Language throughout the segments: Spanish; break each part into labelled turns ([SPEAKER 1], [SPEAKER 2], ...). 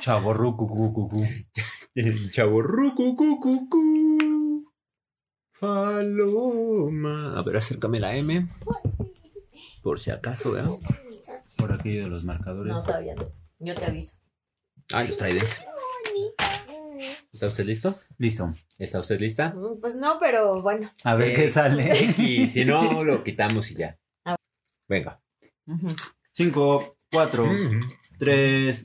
[SPEAKER 1] Chaborru, cucú, cucú.
[SPEAKER 2] El chavo rucu, cu, cu, cu. Paloma. A ver, acércame la M. Por si acaso, ¿verdad?
[SPEAKER 1] Por aquello de los marcadores.
[SPEAKER 3] No, todavía no. Yo te aviso.
[SPEAKER 2] Ah, los traidores. ¿Está usted listo?
[SPEAKER 1] Listo.
[SPEAKER 2] ¿Está usted lista?
[SPEAKER 3] Mm, Pues no, pero bueno.
[SPEAKER 1] A ver
[SPEAKER 2] Eh.
[SPEAKER 1] qué sale.
[SPEAKER 2] Y si no, lo quitamos y ya.
[SPEAKER 3] A
[SPEAKER 2] Venga.
[SPEAKER 3] Ujú.
[SPEAKER 1] 5, 4, 3,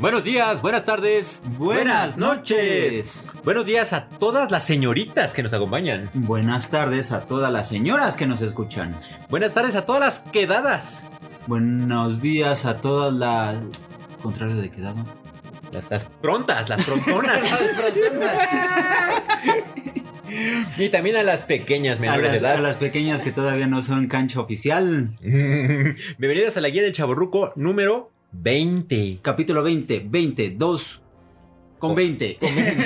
[SPEAKER 2] Buenos días, buenas tardes.
[SPEAKER 1] Buenas noches.
[SPEAKER 2] Buenos días a todas las señoritas que nos acompañan.
[SPEAKER 1] Buenas tardes a todas las señoras que nos escuchan.
[SPEAKER 2] Buenas tardes a todas las quedadas.
[SPEAKER 1] Buenos días a todas las. Contrario de quedado.
[SPEAKER 2] Las, las prontas, las prontonas. y también a las pequeñas
[SPEAKER 1] A
[SPEAKER 2] menores de
[SPEAKER 1] las,
[SPEAKER 2] edad.
[SPEAKER 1] a las pequeñas que todavía no son cancha oficial.
[SPEAKER 2] Bienvenidos a la guía del chaborruco número 20.
[SPEAKER 1] Capítulo 20, 20, 2 con
[SPEAKER 2] Con-
[SPEAKER 1] 20.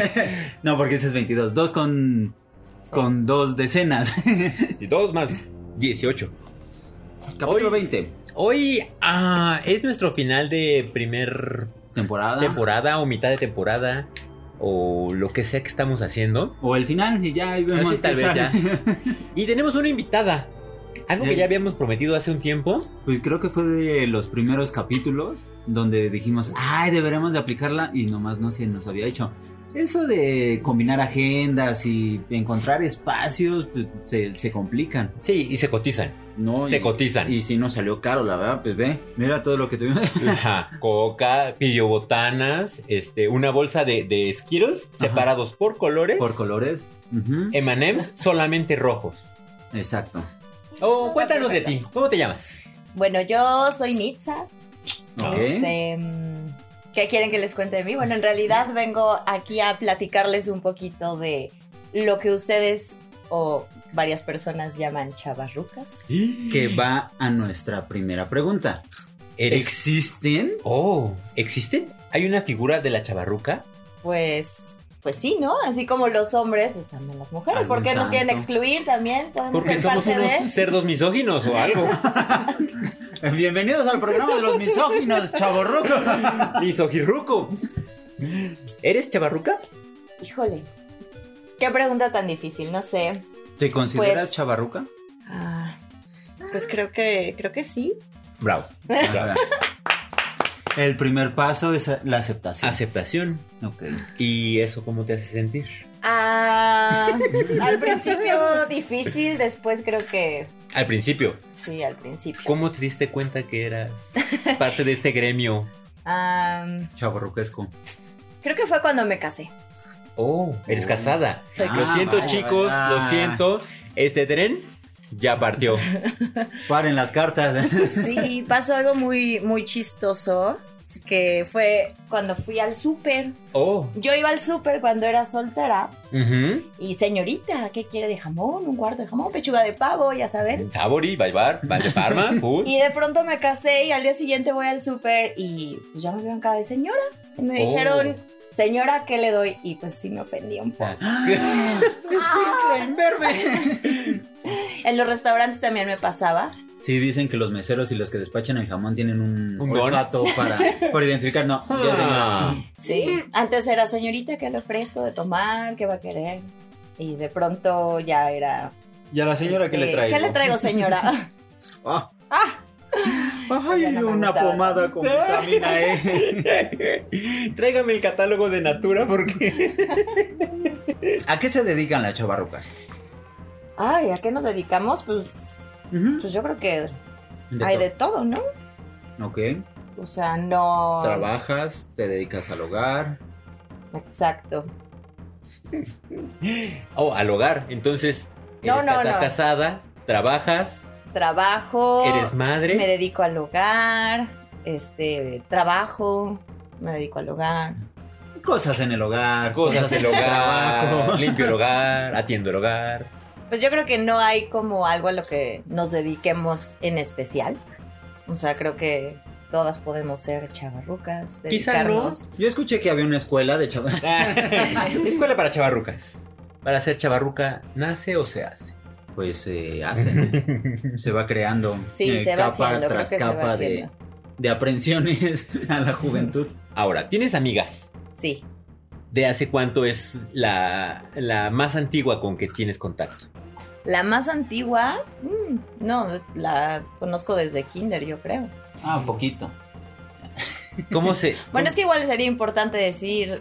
[SPEAKER 1] no, porque ese es 22. 2 con. Con dos decenas.
[SPEAKER 2] Si todos más 18.
[SPEAKER 1] Capítulo
[SPEAKER 2] Hoy-
[SPEAKER 1] 20.
[SPEAKER 2] Hoy ah, es nuestro final de primer Ah.
[SPEAKER 1] Temporada.
[SPEAKER 2] temporada o mitad de temporada o lo que sea que estamos haciendo.
[SPEAKER 1] o el final. Y ya ahí vemos.
[SPEAKER 2] Así tal
[SPEAKER 1] qué
[SPEAKER 2] vez
[SPEAKER 1] sale.
[SPEAKER 2] ya. Y tenemos una invitada. Algo que
[SPEAKER 1] Bien.
[SPEAKER 2] ya habíamos prometido hace un tiempo.
[SPEAKER 1] Pues creo que fue de los primeros capítulos donde dijimos, ay, deberemos de aplicarla y nomás no se nos había hecho. Eso de combinar agendas y encontrar espacios pues, se, se complican.
[SPEAKER 2] Sí, y se cotizan.
[SPEAKER 1] No,
[SPEAKER 2] Se
[SPEAKER 1] y-
[SPEAKER 2] cotizan.
[SPEAKER 1] Y si no salió caro, la verdad, pues ve, mira todo lo que tuvimos.
[SPEAKER 2] Ajá, coca, pidió botanas, este, una bolsa de, de Skittles separados por colores.
[SPEAKER 1] Por colores. Ujú,
[SPEAKER 2] M&M's solamente rojos.
[SPEAKER 1] Exacto.
[SPEAKER 2] Oh, cuéntanos de ti. ¿Cómo te llamas?
[SPEAKER 3] Bueno, yo soy Nitza.
[SPEAKER 1] Ok.
[SPEAKER 3] Este, mm, ¿Qué quieren que les cuente de mí? Bueno, en realidad vengo aquí a platicarles un poquito de lo que ustedes o varias personas llaman chavarrucas.
[SPEAKER 1] Que va a nuestra primera pregunta.
[SPEAKER 2] Eres-
[SPEAKER 1] ¿Existen?
[SPEAKER 2] Oh, ¿existen? Hay una figura de la chavarruca.
[SPEAKER 3] Pues, pues sí, ¿no? Así como los hombres, pues también las mujeres. ¿Por qué nos
[SPEAKER 1] Algún santo.
[SPEAKER 3] quieren excluir también? Podemos
[SPEAKER 2] Porque
[SPEAKER 3] ser
[SPEAKER 2] somos
[SPEAKER 3] parte
[SPEAKER 2] unos
[SPEAKER 3] de.
[SPEAKER 2] cerdos misóginos o algo.
[SPEAKER 1] Bienvenidos al programa de los misóginos, chaborruco.
[SPEAKER 2] Misogirruco. ¿Eres chavarruca?
[SPEAKER 3] Híjole. Qué pregunta tan difícil, no sé.
[SPEAKER 1] ¿Te consideras
[SPEAKER 3] Pues-
[SPEAKER 1] chavarruca?
[SPEAKER 3] Ah, Pues creo que, creo que sí.
[SPEAKER 2] Bravo.
[SPEAKER 1] Ahora, Ah, El primer paso es la aceptación.
[SPEAKER 2] Aceptación.
[SPEAKER 1] Ok.
[SPEAKER 2] ¿Y eso cómo te hace sentir?
[SPEAKER 3] Ah, al principio difícil, después creo que
[SPEAKER 2] Al principio,
[SPEAKER 3] sí, al principio.
[SPEAKER 2] ¿cómo te diste cuenta que eras parte de este gremio?
[SPEAKER 3] Am,
[SPEAKER 1] Chavarruquesco.
[SPEAKER 3] creo que fue cuando me casé.
[SPEAKER 2] Oh, eres casada.
[SPEAKER 3] Soy
[SPEAKER 2] lo
[SPEAKER 1] Ah,
[SPEAKER 2] siento,
[SPEAKER 1] vaya,
[SPEAKER 2] chicos,
[SPEAKER 1] vaya.
[SPEAKER 2] lo siento. Este tren ya partió.
[SPEAKER 1] Paren las cartas.
[SPEAKER 3] Sí, pasó algo muy, muy chistoso, que fue cuando fui al súper.
[SPEAKER 2] Oh.
[SPEAKER 3] Yo iba al súper cuando era soltera
[SPEAKER 2] ujú.
[SPEAKER 3] y señorita, ¿qué quiere de jamón? Un cuarto de jamón, pechuga de pavo, ya saben.
[SPEAKER 2] Sabori, Valvar, Val de Parma, food.
[SPEAKER 3] Y de pronto me casé y al día siguiente voy al súper y pues ya me vieron cara de señora. Y me
[SPEAKER 2] Oh.
[SPEAKER 3] dijeron, señora, ¿qué le doy? Y pues sí me ofendí un poco. Ah.
[SPEAKER 1] en verme.
[SPEAKER 3] En los restaurantes también me pasaba.
[SPEAKER 1] Sí, dicen que los meseros y los que despachan el jamón tienen un,
[SPEAKER 2] Un don.
[SPEAKER 1] olfato para, para identificar. No, ya
[SPEAKER 2] Ah.
[SPEAKER 3] Sí. Antes era señorita, ¿qué le ofrezco de tomar? ¿Qué va a querer? Y de pronto ya era.
[SPEAKER 1] tengo. Y a la señora que le
[SPEAKER 3] este,
[SPEAKER 1] traigo.
[SPEAKER 3] ¿Qué le traigo, señora?
[SPEAKER 1] Ah.
[SPEAKER 3] Ah.
[SPEAKER 1] Ay,
[SPEAKER 3] Ya no me
[SPEAKER 1] una
[SPEAKER 3] gustaba.
[SPEAKER 1] pomada con vitamina E.
[SPEAKER 2] Tráigame el catálogo de Natura porque.
[SPEAKER 1] ¿A qué se dedican las chavarrucas?
[SPEAKER 3] Ay, ¿a qué nos dedicamos? Pues, pues yo creo que hay de todo, ¿no?
[SPEAKER 1] todo. Ok.
[SPEAKER 3] O sea, no.
[SPEAKER 1] Trabajas, te dedicas al hogar.
[SPEAKER 3] Exacto.
[SPEAKER 2] Oh, al hogar. Entonces,
[SPEAKER 3] No,
[SPEAKER 2] eres-
[SPEAKER 3] no,
[SPEAKER 2] estás
[SPEAKER 3] no.
[SPEAKER 2] casada, trabajas,
[SPEAKER 3] Trabajo.
[SPEAKER 2] eres madre.
[SPEAKER 3] Me dedico al hogar. Este, trabajo. Me dedico al hogar.
[SPEAKER 1] Cosas en el hogar.
[SPEAKER 2] Cosas del hogar,
[SPEAKER 1] trabajo.
[SPEAKER 2] limpio el hogar, atiendo el hogar.
[SPEAKER 3] Pues yo creo que no hay como algo a lo que nos dediquemos en especial. O sea, creo que Todas podemos ser chavarrucas,
[SPEAKER 2] Quizá no.
[SPEAKER 3] dedicarnos.
[SPEAKER 1] Yo escuché que había una escuela de chaval.
[SPEAKER 2] Escuela para chavarrucas. Para ser chavarruca, ¿nace o se hace?
[SPEAKER 1] Pues se hacen. se va creando.
[SPEAKER 3] Sí,
[SPEAKER 1] eh,
[SPEAKER 3] se
[SPEAKER 1] capa
[SPEAKER 3] va haciendo, creo que
[SPEAKER 1] tras
[SPEAKER 3] se va
[SPEAKER 1] capa de,
[SPEAKER 3] haciendo.
[SPEAKER 1] de aprensiones a la juventud.
[SPEAKER 2] Ahora, ¿tienes amigas?
[SPEAKER 3] Sí,
[SPEAKER 2] ¿De hace cuánto es la, la más antigua con que tienes contacto?
[SPEAKER 3] La más antigua, mm, no, la conozco desde kinder, yo creo.
[SPEAKER 1] Ah, un poquito.
[SPEAKER 2] ¿Cómo se...?
[SPEAKER 3] Bueno, es que igual sería importante decir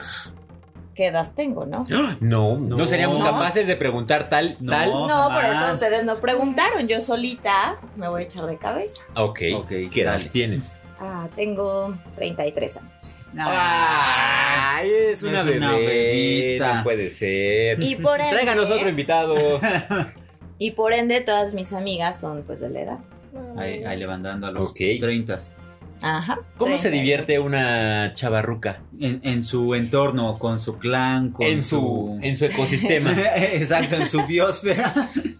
[SPEAKER 3] qué edad tengo, ¿no?
[SPEAKER 2] No, no,
[SPEAKER 1] No.
[SPEAKER 2] seríamos
[SPEAKER 1] No.
[SPEAKER 2] capaces de preguntar tal,
[SPEAKER 1] No.
[SPEAKER 2] tal.
[SPEAKER 3] No,
[SPEAKER 1] jamás.
[SPEAKER 3] por eso ustedes no preguntaron, yo solita me voy a echar de cabeza.
[SPEAKER 2] Ok,
[SPEAKER 1] Ok,
[SPEAKER 2] ¿qué edad
[SPEAKER 1] dale.
[SPEAKER 2] tienes?
[SPEAKER 3] Ah, tengo 33 años.
[SPEAKER 1] Ah.
[SPEAKER 3] Ah.
[SPEAKER 2] ¡Ay, es una
[SPEAKER 1] Es
[SPEAKER 2] bebé!
[SPEAKER 1] una bebita.
[SPEAKER 2] No puede ser.
[SPEAKER 3] Y por ende,
[SPEAKER 2] Tráiganos otro invitado.
[SPEAKER 3] y por ende todas mis amigas son pues de la edad.
[SPEAKER 1] Ahí, ahí levantando a los
[SPEAKER 2] Ok.
[SPEAKER 1] 30
[SPEAKER 3] Ajá.
[SPEAKER 2] ¿Cómo se
[SPEAKER 3] 30.
[SPEAKER 2] divierte una chavarruca?
[SPEAKER 1] en, en su entorno, con su clan, con
[SPEAKER 2] En su, en su ecosistema.
[SPEAKER 1] Exacto, en su biosfera. ¿Qué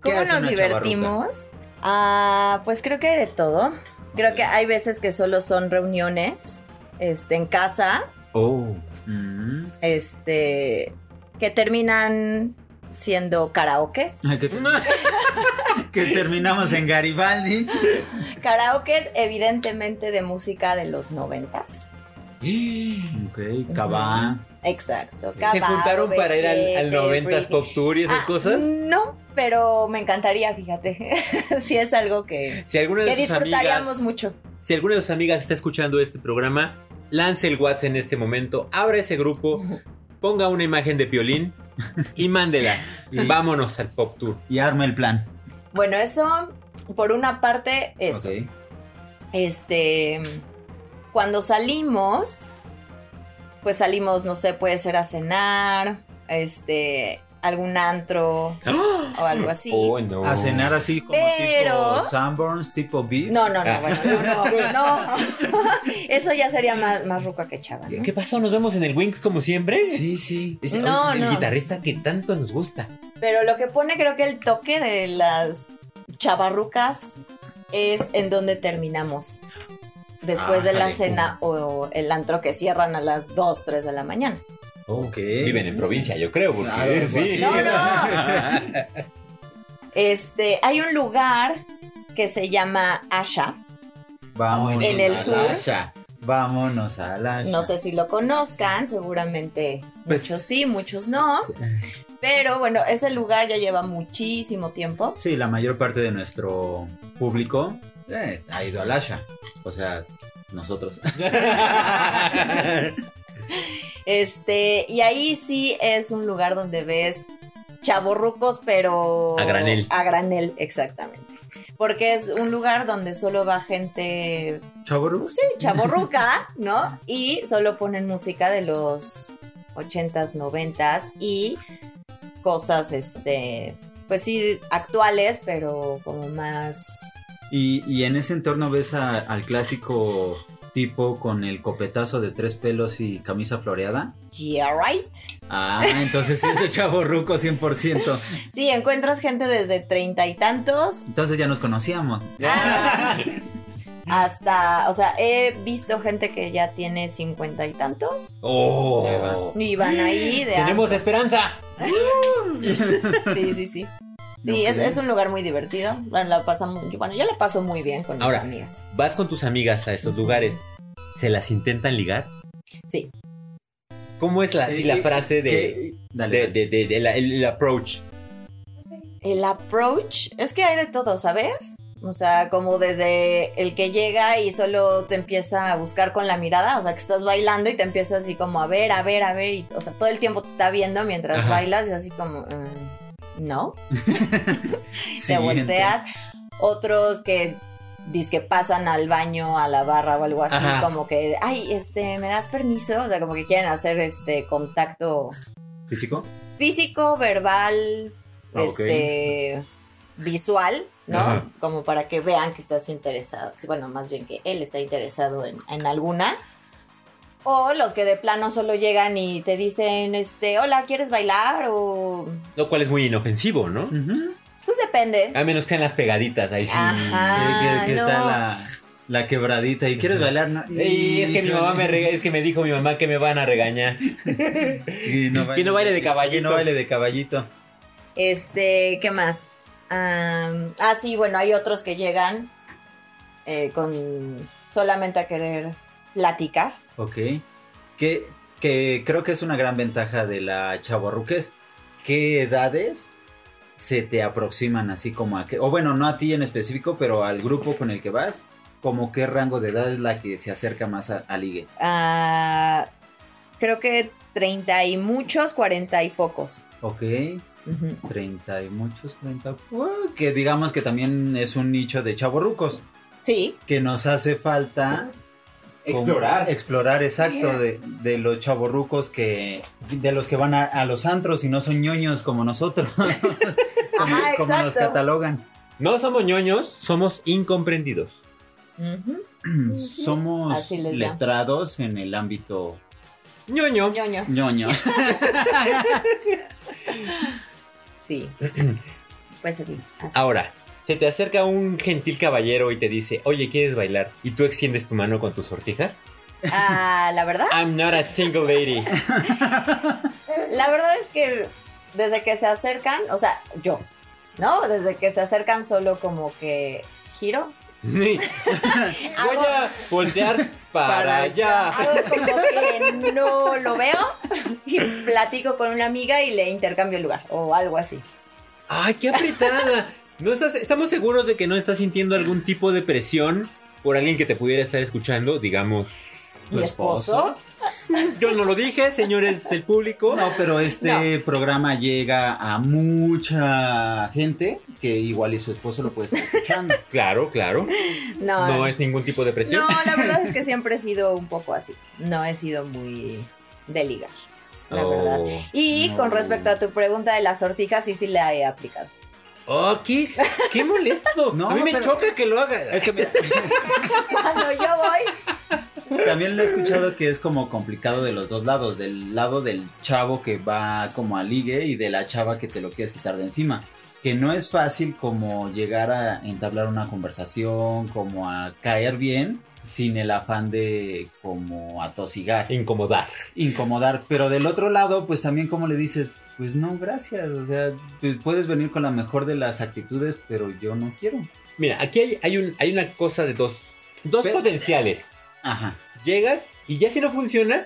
[SPEAKER 3] ¿Cómo
[SPEAKER 1] hace
[SPEAKER 3] nos
[SPEAKER 1] una
[SPEAKER 3] divertimos? Ah, pues creo que hay de todo. Creo que hay veces que solo son reuniones este, en casa.
[SPEAKER 2] oh.
[SPEAKER 1] Mm.
[SPEAKER 3] este que terminan siendo karaokes.
[SPEAKER 1] Que, que terminamos en Garibaldi.
[SPEAKER 3] karaokes evidentemente de música de los noventas.
[SPEAKER 1] Ok, Cabá.
[SPEAKER 3] Exacto.
[SPEAKER 2] ¿Se
[SPEAKER 3] Cava,
[SPEAKER 2] juntaron para ir al, al
[SPEAKER 3] Obesete,
[SPEAKER 2] 90s Pop Tour y esas
[SPEAKER 3] Ah,
[SPEAKER 2] cosas?
[SPEAKER 3] No, pero me encantaría, fíjate. si es algo que,
[SPEAKER 2] Si alguna de
[SPEAKER 3] que
[SPEAKER 2] sus
[SPEAKER 3] disfrutaríamos
[SPEAKER 2] amigas,
[SPEAKER 3] mucho.
[SPEAKER 2] Si alguna de sus amigas está escuchando este programa, lance el WhatsApp en este momento, abra ese grupo, ponga una imagen de Piolín y mándela. Vámonos al Pop Tour.
[SPEAKER 1] Y arma el plan.
[SPEAKER 3] Bueno, eso, por una parte, eso.
[SPEAKER 1] Ok.
[SPEAKER 3] Este. Cuando salimos, pues salimos, no sé, puede ser a cenar, este, algún antro o algo así.
[SPEAKER 2] Oh, no.
[SPEAKER 1] A cenar así como
[SPEAKER 3] Pero-
[SPEAKER 1] tipo Sanborns, tipo Beats.
[SPEAKER 3] No, no, no, bueno, no, no, no. Eso ya sería más, más ruca que chava. ¿no?
[SPEAKER 2] ¿Qué pasó? ¿Nos vemos en el Wings como siempre?
[SPEAKER 1] Sí, sí.
[SPEAKER 2] Ese-
[SPEAKER 3] No,
[SPEAKER 2] el
[SPEAKER 3] no.
[SPEAKER 2] guitarrista que tanto nos gusta.
[SPEAKER 3] Pero lo que pone creo que el toque de las chavarrucas es en donde terminamos. Después de la
[SPEAKER 2] Ájale.
[SPEAKER 3] cena o el antro que cierran a las 2, 3 de la mañana.
[SPEAKER 1] Ok.
[SPEAKER 2] Oh, Viven en provincia, yo creo, porque
[SPEAKER 1] Claro, pues algo
[SPEAKER 2] sí.
[SPEAKER 1] así.
[SPEAKER 3] No, no. Este, hay un lugar que se llama Asha.
[SPEAKER 1] Vámonos
[SPEAKER 3] En el
[SPEAKER 1] a
[SPEAKER 3] sur.
[SPEAKER 1] Lasha. Vámonos a la.
[SPEAKER 3] No sé si lo conozcan, seguramente
[SPEAKER 2] Pues-
[SPEAKER 3] muchos sí, muchos no. Pero bueno, ese lugar ya lleva muchísimo tiempo.
[SPEAKER 1] Sí, la mayor parte de nuestro público eh, ha ido a Lasha. O sea, nosotros.
[SPEAKER 3] Este, y ahí sí es un lugar donde ves chavorrucos, pero.
[SPEAKER 2] A granel.
[SPEAKER 3] A granel, exactamente. Porque es un lugar donde solo va gente,
[SPEAKER 1] Chavorus.
[SPEAKER 3] pues sí, chavorruca, ¿no? Y solo ponen música de los 80s, 90s y cosas, este, pues sí, actuales, pero como más.
[SPEAKER 1] Y, y en ese entorno ves a- al clásico tipo con el copetazo de tres pelos y camisa floreada.
[SPEAKER 3] Yeah, right.
[SPEAKER 1] Ah, entonces sí es el chavo ruco 100%.
[SPEAKER 3] Sí, encuentras gente desde treinta y tantos
[SPEAKER 1] Entonces ya nos conocíamos.
[SPEAKER 3] Ah. Hasta, o sea, he visto gente que ya tiene cincuenta y tantos
[SPEAKER 2] ¡Oh!
[SPEAKER 3] y van ahí de
[SPEAKER 2] ¡Tenemos esperanza!
[SPEAKER 3] antro. Sí, sí, sí. Sí,
[SPEAKER 1] Ok.
[SPEAKER 3] es, es un lugar muy divertido. Bueno, la pasamos, bueno, yo la paso muy bien con mis
[SPEAKER 2] Ahora.
[SPEAKER 3] amigas.
[SPEAKER 2] Vas con tus amigas a estos lugares. ¿Se las intentan ligar?
[SPEAKER 3] Sí.
[SPEAKER 2] ¿Cómo es la, así la
[SPEAKER 1] Eh,
[SPEAKER 2] frase de,
[SPEAKER 1] ¿Qué? Dale.
[SPEAKER 2] de,
[SPEAKER 1] dale.
[SPEAKER 2] de- de- de la- el, el approach?
[SPEAKER 3] El approach, es que hay de todo, ¿sabes? O sea, como desde el que llega y solo te empieza a buscar con la mirada, o sea, que estás bailando y te empieza así como a ver, a ver, a ver, y, o sea, todo el tiempo te está viendo mientras
[SPEAKER 2] Ajá.
[SPEAKER 3] bailas y así como, mm, no. te
[SPEAKER 1] Siguiente.
[SPEAKER 3] volteas. Otros que que pasan al baño, a la barra o algo así,
[SPEAKER 2] Ajá.
[SPEAKER 3] como que, ay, este, ¿me das permiso? O sea, como que quieren hacer este contacto
[SPEAKER 1] ¿Físico?
[SPEAKER 3] físico, verbal,
[SPEAKER 1] Ah, ok.
[SPEAKER 3] este, visual, ¿no?
[SPEAKER 2] Ajá.
[SPEAKER 3] Como para que vean que estás interesado. Sí, Bueno, más bien que él está interesado en, en alguna. O los que de plano solo llegan y te dicen, este, hola, ¿quieres bailar? O,
[SPEAKER 2] Lo cual es muy inofensivo, ¿no?
[SPEAKER 1] Ujú.
[SPEAKER 3] pues depende.
[SPEAKER 2] A menos que sean las pegaditas, ahí sí.
[SPEAKER 3] Ajá. Ah,
[SPEAKER 1] que que
[SPEAKER 3] no.
[SPEAKER 1] está la, La quebradita. ¿Y quieres bailar? No.
[SPEAKER 2] Ey, es que mi mamá me rega- es que me dijo mi mamá que me van a regañar.
[SPEAKER 1] Que
[SPEAKER 2] Que no baile de caballito.
[SPEAKER 1] Que no baile de caballito.
[SPEAKER 3] Este, ¿qué más? Am, ah, sí, bueno, hay otros que llegan eh, con solamente a querer platicar.
[SPEAKER 1] Ok. Que, que creo que es una gran ventaja de la chavorruques. ¿Qué edades se te aproximan así como a que, o bueno, no a ti en específico, pero al grupo con el que vas, como qué rango de edad es la que se acerca más a, a ligue?
[SPEAKER 3] Ah, creo que 30 y muchos, 40 y pocos.
[SPEAKER 1] Ok,
[SPEAKER 3] Ujú.
[SPEAKER 1] 30 y muchos, 30. uh, que digamos que también es un nicho de chavorrucos,
[SPEAKER 3] Sí,
[SPEAKER 1] que nos hace falta como- explorar, exacto,
[SPEAKER 3] Yeah.
[SPEAKER 1] de, de los chavorrucos que, de los que van a, a los antros y no son ñoños como nosotros. como,
[SPEAKER 3] Ajá,
[SPEAKER 1] como nos
[SPEAKER 3] exacto.
[SPEAKER 1] catalogan.
[SPEAKER 2] No somos ñoños, somos incomprendidos.
[SPEAKER 3] Ujú.
[SPEAKER 1] Somos
[SPEAKER 3] Así les llaman.
[SPEAKER 1] letrados en el ámbito
[SPEAKER 2] Ñoño.
[SPEAKER 3] ñoño.
[SPEAKER 1] ñoño.
[SPEAKER 3] Sí. pues así. así.
[SPEAKER 2] Ahora, se te acerca un gentil caballero y te dice, oye, ¿quieres bailar? Y tú extiendes tu mano con tu sortija.
[SPEAKER 3] Ah, la verdad,
[SPEAKER 2] I'm not a single lady.
[SPEAKER 3] la verdad es que desde que se acercan, o sea, yo, ¿no? Desde que se acercan solo como que giro.
[SPEAKER 2] Voy a voltear para,
[SPEAKER 1] Para
[SPEAKER 2] allá.
[SPEAKER 3] Hago como que no lo veo y platico con una amiga y le intercambio el lugar o algo así.
[SPEAKER 2] Ay, qué apretada. ¿No estás, estamos seguros de que no estás sintiendo algún tipo de presión por alguien que te pudiera estar escuchando, digamos.
[SPEAKER 3] Mi esposo,
[SPEAKER 2] Yo no lo dije, señores del público.
[SPEAKER 1] No, pero este programa llega a mucha gente que igual y su esposo lo puede estar escuchando.
[SPEAKER 2] Claro, claro.
[SPEAKER 3] no.
[SPEAKER 2] No
[SPEAKER 3] No,
[SPEAKER 2] es ningún tipo de presión.
[SPEAKER 3] la verdad es que siempre he sido un poco así. No he sido muy de ligar, la
[SPEAKER 2] Oh.
[SPEAKER 3] verdad. Y
[SPEAKER 1] No.
[SPEAKER 3] con respecto a tu pregunta de las sortijas, sí, sí la he aplicado.
[SPEAKER 2] Oh, qué, qué molesto.
[SPEAKER 1] No,
[SPEAKER 2] a mí me
[SPEAKER 1] pero-
[SPEAKER 2] choca que lo haga.
[SPEAKER 1] Es que mira,
[SPEAKER 3] Cuando yo voy,
[SPEAKER 1] también lo he escuchado que es como complicado de los dos lados, del lado del chavo que va como a ligue y de la chava que te lo quieres quitar de encima. Que no es fácil como llegar a entablar una conversación, como a caer bien, sin el afán de como atosigar.
[SPEAKER 2] Incomodar.
[SPEAKER 1] incomodar. Pero del otro lado, pues también como le dices, pues no, gracias. O sea, pues, puedes venir con la mejor de las actitudes, pero yo no quiero.
[SPEAKER 2] Mira, aquí hay, hay, un, hay una cosa de dos, dos
[SPEAKER 1] Pe-
[SPEAKER 2] potenciales.
[SPEAKER 1] Ajá.
[SPEAKER 2] Llegas y ya si no funciona,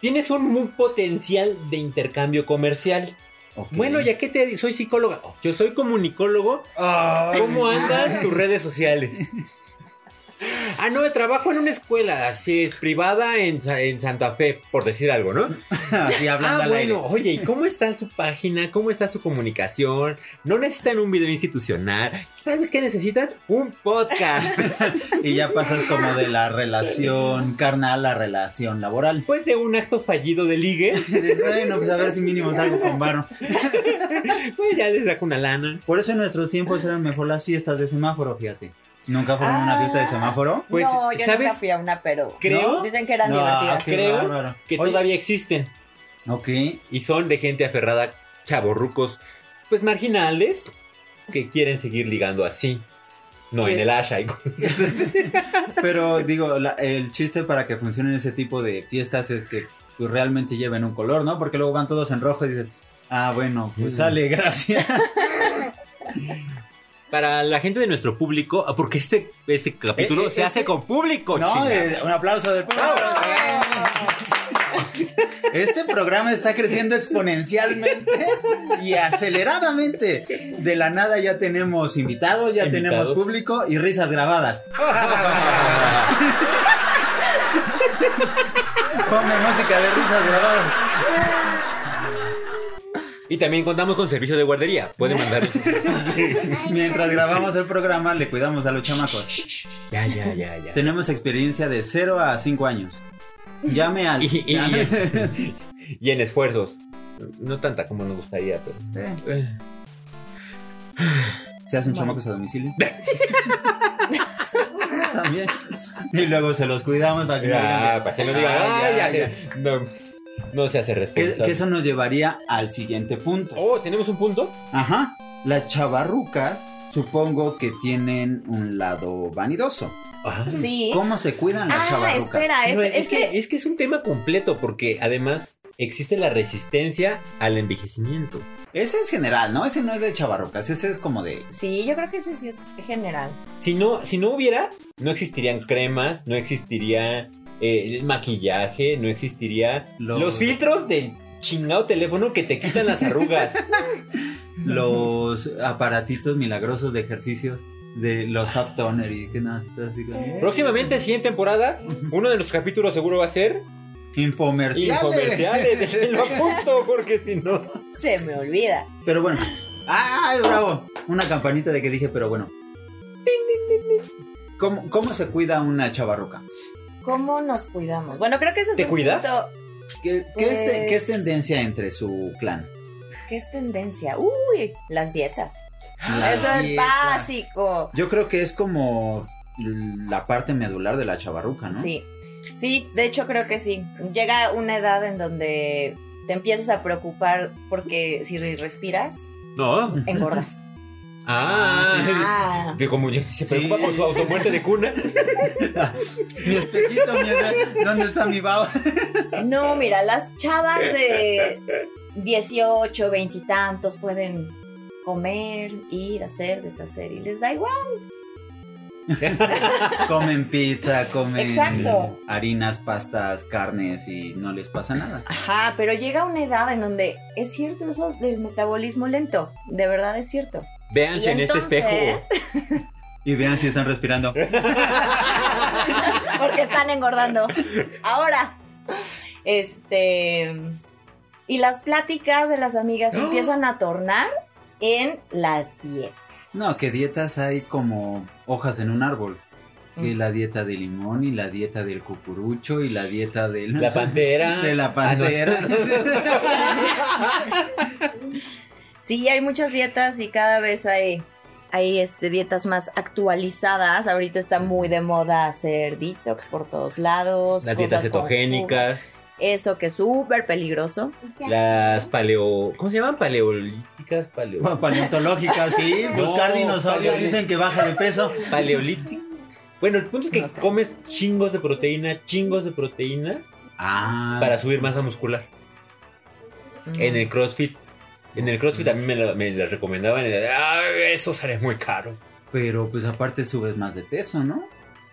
[SPEAKER 2] tienes un, un potencial de intercambio comercial.
[SPEAKER 1] ok.
[SPEAKER 2] Bueno, ya que te soy psicóloga, Oh, yo soy comunicólogo. ¿Cómo andan tus redes sociales? Ah, no, trabajo en una escuela, así es privada en, Sa- en Santa Fe, por decir algo, ¿no?
[SPEAKER 1] Así hablando
[SPEAKER 2] Ah,
[SPEAKER 1] al
[SPEAKER 2] bueno,
[SPEAKER 1] aire.
[SPEAKER 2] oye, ¿y cómo está su página? ¿Cómo está su comunicación? No necesitan un video institucional. Tal vez que necesitan un podcast.
[SPEAKER 1] Y ya pasas como de la relación carnal a la relación laboral.
[SPEAKER 2] Después Pues de un acto fallido de ligue,
[SPEAKER 1] De, Bueno, pues a ver si mínimo salgo con varo.
[SPEAKER 2] pues ya les saco una lana.
[SPEAKER 1] Por eso en nuestros tiempos eran mejor las fiestas de semáforo, fíjate. ¿Nunca fueron a
[SPEAKER 3] Ah.
[SPEAKER 1] una fiesta de semáforo?
[SPEAKER 2] Pues,
[SPEAKER 3] no, yo
[SPEAKER 2] ¿sabes?
[SPEAKER 3] nunca fui a una, pero
[SPEAKER 2] Creo-
[SPEAKER 3] dicen que eran
[SPEAKER 1] No,
[SPEAKER 3] divertidas.
[SPEAKER 1] qué
[SPEAKER 2] Creo
[SPEAKER 1] bárbaro.
[SPEAKER 2] Que
[SPEAKER 1] Oye,
[SPEAKER 2] todavía existen
[SPEAKER 1] Ok,
[SPEAKER 2] y son de gente aferrada, chavorrucos, pues marginales, que quieren seguir ligando así. No, en
[SPEAKER 1] ¿Qué?
[SPEAKER 2] el Asha. y cosas así.
[SPEAKER 1] Pero digo, la- el chiste para que funcionen ese tipo de fiestas es que pues, realmente lleven un color, ¿no? Porque luego van todos en rojo y dicen, ah, bueno, pues
[SPEAKER 2] Mm.
[SPEAKER 1] sale, gracias.
[SPEAKER 2] Para la gente de nuestro público, ah, porque este, este capítulo
[SPEAKER 1] eh,
[SPEAKER 2] se hace
[SPEAKER 1] este-
[SPEAKER 2] con público,
[SPEAKER 1] no,
[SPEAKER 2] chingada.
[SPEAKER 1] eh, un aplauso del público. Este programa está creciendo exponencialmente y aceleradamente. De la nada ya tenemos invitados, ya tenemos
[SPEAKER 2] Invitados.
[SPEAKER 1] público y risas grabadas. Ponme música de risas grabadas.
[SPEAKER 2] Y también contamos con servicio de guardería. Pueden mandar.
[SPEAKER 1] Mientras grabamos el programa, le cuidamos a los chamacos.
[SPEAKER 2] ya, ya, ya, ya.
[SPEAKER 1] Tenemos experiencia de 0 a 5 años. Llame al.
[SPEAKER 2] Y, y-
[SPEAKER 1] llame-
[SPEAKER 2] y- y en esfuerzos. No tanta como nos gustaría, pero.
[SPEAKER 1] Eh,
[SPEAKER 2] eh.
[SPEAKER 1] Se hacen chamacos a domicilio. También. Y luego se los cuidamos para que. no
[SPEAKER 2] Ya,
[SPEAKER 1] digan
[SPEAKER 2] para que no digan.
[SPEAKER 1] Ah,
[SPEAKER 2] "Ay,
[SPEAKER 1] ya,
[SPEAKER 2] ya, No, no se hace
[SPEAKER 1] Que,
[SPEAKER 2] responsable.
[SPEAKER 1] que eso nos llevaría al siguiente punto.
[SPEAKER 2] Oh, ¿tenemos un punto?
[SPEAKER 1] Ajá. Las chavarrucas Supongo que tienen un lado vanidoso.
[SPEAKER 2] Ah.
[SPEAKER 3] Sí.
[SPEAKER 1] ¿Cómo se cuidan las
[SPEAKER 3] Ah,
[SPEAKER 1] chavarrucas?
[SPEAKER 3] espera, es,
[SPEAKER 2] No,
[SPEAKER 3] es que...
[SPEAKER 2] es que es un tema completo porque además existe la resistencia al envejecimiento.
[SPEAKER 1] Ese es general, ¿no? Ese no es de chavarrucas, ese es como de...
[SPEAKER 3] Sí, yo creo que ese sí es general.
[SPEAKER 2] Si no, si no hubiera, no existirían cremas, no existiría eh, el maquillaje, no existiría
[SPEAKER 1] Los-
[SPEAKER 2] los, filtros del chingado teléfono que te quitan las arrugas.
[SPEAKER 1] Los aparatitos milagrosos de ejercicios de los up toner y que nada, estás así como, eh.
[SPEAKER 2] Próximamente, siguiente temporada, uno de los capítulos seguro va a ser
[SPEAKER 1] Infomerciales.
[SPEAKER 2] infomerciales. Déjenlo a punto porque si no.
[SPEAKER 3] Se me olvida.
[SPEAKER 1] Pero bueno. ¡Ay, bravo! Una campanita de que dije, pero bueno. ¿Cómo, cómo se cuida una chavarruca?
[SPEAKER 3] ¿Cómo nos cuidamos? Bueno, creo que ese es
[SPEAKER 2] ¿Te
[SPEAKER 3] un
[SPEAKER 2] cuidas?
[SPEAKER 3] punto-
[SPEAKER 1] ¿Qué, qué es te-
[SPEAKER 3] Pues-
[SPEAKER 1] qué es tendencia entre su clan?
[SPEAKER 3] ¿Qué es tendencia? Uy, las dietas.
[SPEAKER 1] La
[SPEAKER 3] Eso es
[SPEAKER 1] dieta.
[SPEAKER 3] básico.
[SPEAKER 1] Yo creo que es como la parte medular de la chavarruca, ¿no?
[SPEAKER 3] Sí. Sí, de hecho creo que sí. Llega una edad en donde te empiezas a preocupar porque si respiras,
[SPEAKER 2] No.
[SPEAKER 3] engordas.
[SPEAKER 2] Ah.
[SPEAKER 3] Ah.
[SPEAKER 2] Que como yo se
[SPEAKER 1] Sí.
[SPEAKER 2] preocupa por su automuerte de cuna.
[SPEAKER 1] Mi espejito, mi- ¿dónde está mi bao?
[SPEAKER 3] Ah, No, mira, las chavas de 18, 20 y tantos pueden comer, ir, hacer, deshacer y les da igual.
[SPEAKER 1] Comen pizza, comen
[SPEAKER 3] Exacto.
[SPEAKER 1] harinas, pastas, carnes y no les pasa nada.
[SPEAKER 3] Ajá, pero llega una edad en donde es cierto eso del metabolismo lento, de verdad es cierto.
[SPEAKER 2] Véanse en este espejo.
[SPEAKER 1] Y vean si están respirando.
[SPEAKER 3] porque están engordando. Ahora, este. Y las pláticas de las amigas
[SPEAKER 1] ¡Ah!
[SPEAKER 3] se empiezan a tornar en las dietas.
[SPEAKER 1] No, que dietas hay como hojas en un árbol. Y la dieta de limón, y la dieta del cucurucho, y la dieta del...
[SPEAKER 2] La pantera.
[SPEAKER 1] De la
[SPEAKER 2] Ah, no.
[SPEAKER 1] pantera.
[SPEAKER 3] Sí, hay muchas dietas y cada vez hay, hay este, dietas más actualizadas. Ahorita está muy de moda hacer detox por todos lados.
[SPEAKER 2] Las
[SPEAKER 3] cosas
[SPEAKER 2] dietas
[SPEAKER 3] con
[SPEAKER 2] cetogénicas,
[SPEAKER 3] jugo. Eso que es súper peligroso.
[SPEAKER 2] las paleo. ¿Cómo se llaman? Paleolíticas, paleo.
[SPEAKER 1] Paleontológica, sí.
[SPEAKER 2] No,
[SPEAKER 1] Buscar dinosaurios
[SPEAKER 2] paleo-
[SPEAKER 1] dicen que baja de peso.
[SPEAKER 2] Paleolíticas. Bueno, el punto es que
[SPEAKER 3] No sé.
[SPEAKER 2] comes chingos de proteína, chingos de proteína
[SPEAKER 1] Ah.
[SPEAKER 2] para subir masa muscular. En el CrossFit. En el CrossFit a mí me, lo- me las recomendaban. y, "Ah, eso sale muy caro.
[SPEAKER 1] Pero pues aparte subes más de peso, ¿no?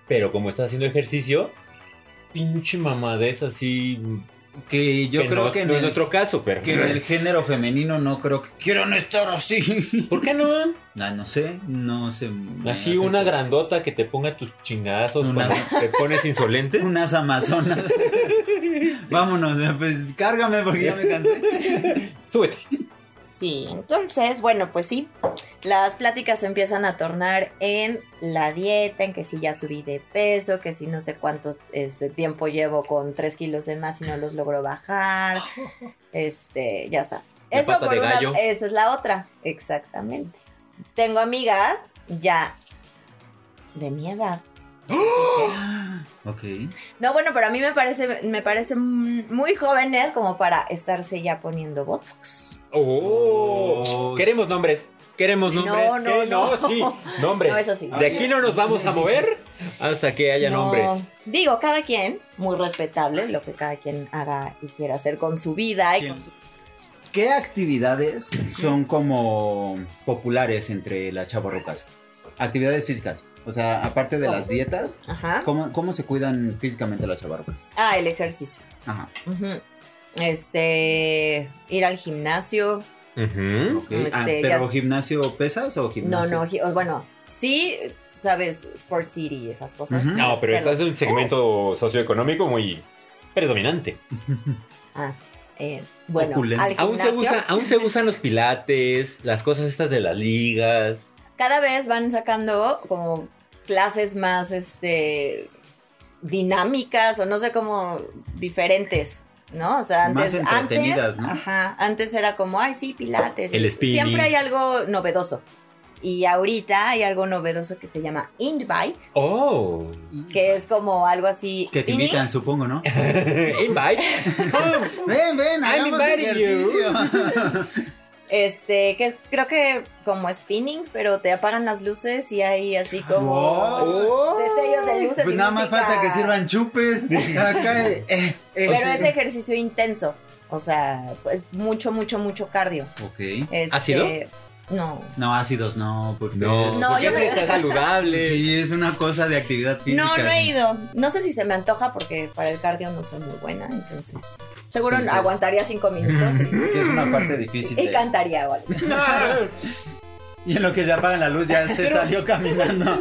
[SPEAKER 2] Pero como estás haciendo ejercicio, pinche mamadez así.
[SPEAKER 1] Que yo
[SPEAKER 2] que
[SPEAKER 1] creo
[SPEAKER 2] no-
[SPEAKER 1] que, en
[SPEAKER 2] no es
[SPEAKER 1] el,
[SPEAKER 2] nuestro caso, pero.
[SPEAKER 1] que en el género femenino no creo que quieran estar así.
[SPEAKER 2] ¿Por qué no?
[SPEAKER 1] Ah, no sé, no sé. me
[SPEAKER 2] Así
[SPEAKER 1] hace
[SPEAKER 2] una
[SPEAKER 1] como-
[SPEAKER 2] grandota que te ponga tus chingazos
[SPEAKER 1] Una-
[SPEAKER 2] cuando te pones insolente.
[SPEAKER 1] Unas amazonas. Vámonos, eh, pues cárgame porque ya me cansé.
[SPEAKER 2] Súbete.
[SPEAKER 3] Sí, entonces, bueno, pues sí, las pláticas se empiezan a tornar en la dieta, en que si ya subí de peso, que si no sé cuánto este, tiempo llevo con tres kilos de más y no los logro bajar, este, ya sabes.
[SPEAKER 2] La pata de
[SPEAKER 3] una-
[SPEAKER 2] gallo.
[SPEAKER 3] esa es la otra, exactamente. Tengo amigas ya de mi edad.
[SPEAKER 1] Ok.
[SPEAKER 3] No, bueno, pero a mí me parece, me parecen muy jóvenes como para estarse ya poniendo botox.
[SPEAKER 2] Oh.
[SPEAKER 1] Oh.
[SPEAKER 2] Queremos nombres. Queremos
[SPEAKER 3] No,
[SPEAKER 2] nombres.
[SPEAKER 3] no,
[SPEAKER 2] ¿Qué?
[SPEAKER 3] no.
[SPEAKER 2] sí. Nombres.
[SPEAKER 3] No, eso sí.
[SPEAKER 2] De aquí no nos vamos a mover hasta que haya
[SPEAKER 3] No.
[SPEAKER 2] nombres.
[SPEAKER 3] Digo, cada quien, muy respetable lo que cada quien haga y quiera hacer con su vida. Y
[SPEAKER 1] ¿Quién?
[SPEAKER 3] con su-
[SPEAKER 1] ¿Qué actividades son como populares entre las chavorrucas? Actividades físicas. O sea, aparte de las dietas,
[SPEAKER 3] Ajá.
[SPEAKER 1] ¿cómo, cómo se cuidan físicamente las chavarrucas?
[SPEAKER 3] Ah, el ejercicio.
[SPEAKER 1] Ajá.
[SPEAKER 3] Ujú. Este, ir al gimnasio.
[SPEAKER 2] Ujú.
[SPEAKER 1] ok. Ah,
[SPEAKER 3] Este,
[SPEAKER 1] ¿Pero
[SPEAKER 3] ya-
[SPEAKER 1] gimnasio pesas o
[SPEAKER 3] No,
[SPEAKER 1] gimnasio?
[SPEAKER 3] no, gi- o bueno, sí, sabes, Sport City y esas cosas.
[SPEAKER 1] Ujú.
[SPEAKER 2] No, pero estás en un segmento socioeconómico muy predominante.
[SPEAKER 3] Ah, eh, bueno,
[SPEAKER 1] Opulento.
[SPEAKER 3] al
[SPEAKER 2] Aún se,
[SPEAKER 3] gimnasio.
[SPEAKER 2] usa, aún se usan los pilates, las cosas estas de las ligas.
[SPEAKER 3] Cada vez van sacando como clases más, este, dinámicas o no sé cómo diferentes, ¿no? O sea,
[SPEAKER 1] Más
[SPEAKER 3] antes,
[SPEAKER 1] entretenidas,
[SPEAKER 3] antes,
[SPEAKER 1] ¿no?
[SPEAKER 3] ajá, antes era como, ay, sí, pilates.
[SPEAKER 2] El
[SPEAKER 3] Y
[SPEAKER 2] spinning.
[SPEAKER 3] Siempre hay algo novedoso. Y ahorita hay algo novedoso que se llama invite,
[SPEAKER 2] Oh.
[SPEAKER 3] que es como algo así
[SPEAKER 1] Que te
[SPEAKER 3] spinning.
[SPEAKER 1] invitan, supongo, ¿no?
[SPEAKER 2] Invite. Come.
[SPEAKER 1] Ven, ven,
[SPEAKER 2] I'm
[SPEAKER 1] hagamos
[SPEAKER 2] inviting you.
[SPEAKER 1] ejercicio.
[SPEAKER 3] Este, que es- creo que como spinning, pero te apagan las luces y hay así como
[SPEAKER 1] Wow.
[SPEAKER 3] destellos de luces.
[SPEAKER 1] Pues
[SPEAKER 3] y
[SPEAKER 1] nada más
[SPEAKER 3] música.
[SPEAKER 1] falta que sirvan chupes. Acá, eh, eh, eh.
[SPEAKER 3] Pero es ejercicio intenso. O sea, pues mucho, mucho, mucho cardio.
[SPEAKER 1] Ok.
[SPEAKER 3] Este,
[SPEAKER 2] ¿Ácido?
[SPEAKER 3] No.
[SPEAKER 1] No, ácidos no, porque.
[SPEAKER 2] No,
[SPEAKER 3] No,
[SPEAKER 2] porque
[SPEAKER 3] yo
[SPEAKER 2] eso
[SPEAKER 3] creo-
[SPEAKER 2] está saludable.
[SPEAKER 1] Sí, es una cosa de actividad física.
[SPEAKER 3] No, no he ido. No sé si se me antoja porque para el cardio no soy muy buena, entonces seguro
[SPEAKER 1] Sí, pues.
[SPEAKER 3] aguantaría cinco minutos y,
[SPEAKER 1] Que es una parte difícil.
[SPEAKER 3] y
[SPEAKER 1] de-
[SPEAKER 3] cantaría o algo.
[SPEAKER 1] Y en lo que se apaga la luz ya se salió caminando.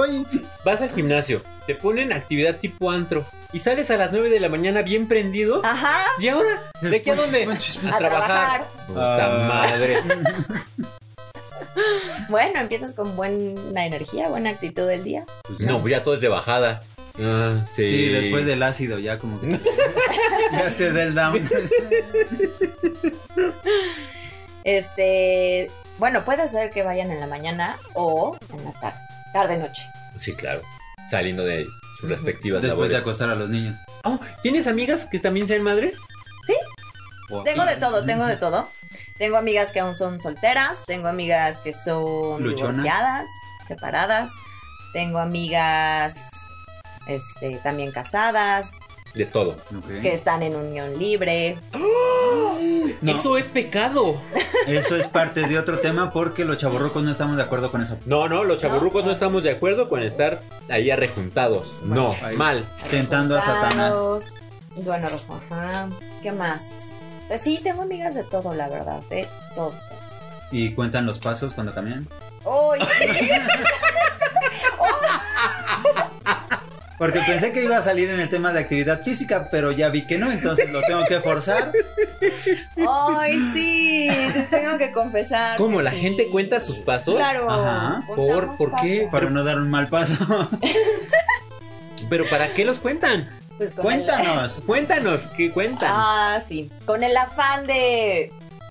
[SPEAKER 1] Uy,
[SPEAKER 2] Vas al gimnasio, te ponen actividad tipo antro y sales a las 9 de la mañana bien prendido.
[SPEAKER 1] Ah.
[SPEAKER 3] Ajá.
[SPEAKER 2] ¿Y ahora? ¿De aquí a
[SPEAKER 1] Pues,
[SPEAKER 2] dónde?
[SPEAKER 3] A trabajar.
[SPEAKER 2] Puta
[SPEAKER 1] Ah.
[SPEAKER 2] madre.
[SPEAKER 3] Bueno, empiezas con buena energía, buena actitud del día.
[SPEAKER 2] No, pues ya todo es de bajada. Ah, sí.
[SPEAKER 1] Sí. después del ácido ya como que. ya te da el down.
[SPEAKER 3] Este, bueno, puede ser que vayan en la mañana o en la tarde, tarde noche.
[SPEAKER 2] Sí, claro. Saliendo de sus respectivas
[SPEAKER 1] Después de
[SPEAKER 2] labores.
[SPEAKER 1] acostar a los niños.
[SPEAKER 2] Oh, ¿Tienes amigas que también sean madre?
[SPEAKER 1] O-
[SPEAKER 3] Tengo de todo, tengo de todo. Tengo amigas que aún son solteras, tengo amigas que son
[SPEAKER 1] Luchonas.
[SPEAKER 3] divorciadas, separadas, tengo amigas este también casadas,
[SPEAKER 2] De todo.
[SPEAKER 1] Ok.
[SPEAKER 3] que están en unión libre.
[SPEAKER 1] No.
[SPEAKER 2] Eso es pecado.
[SPEAKER 1] Eso es parte de otro tema porque los chavorrucos no estamos de acuerdo con eso.
[SPEAKER 2] No, no, los chaburrucos no estamos de acuerdo con estar ahí arrejuntados. No,
[SPEAKER 1] Ahí.
[SPEAKER 2] mal.
[SPEAKER 1] Tentando a Satanás.
[SPEAKER 3] Resultados. Bueno, ajá. ¿Qué más? Pues sí, tengo amigas de todo, la verdad, de todo.
[SPEAKER 1] Y cuentan los pasos cuando caminan.
[SPEAKER 3] Hoy
[SPEAKER 1] Porque pensé que iba a salir en el tema de actividad física, pero ya vi que no, entonces lo tengo que forzar.
[SPEAKER 3] Ay, sí, te tengo que confesar.
[SPEAKER 2] ¿Cómo,
[SPEAKER 3] que
[SPEAKER 2] la
[SPEAKER 3] sí.
[SPEAKER 2] gente cuenta sus pasos?
[SPEAKER 3] Claro.
[SPEAKER 1] Ajá.
[SPEAKER 3] contamos
[SPEAKER 2] ¿Por- por qué?
[SPEAKER 3] pasos.
[SPEAKER 1] Para no dar un mal paso.
[SPEAKER 2] Pero ¿para qué los cuentan?
[SPEAKER 3] Pues con el-
[SPEAKER 1] Cuéntanos.
[SPEAKER 2] Cuéntanos, ¿qué cuentan?
[SPEAKER 3] Ah, sí. Con el afán de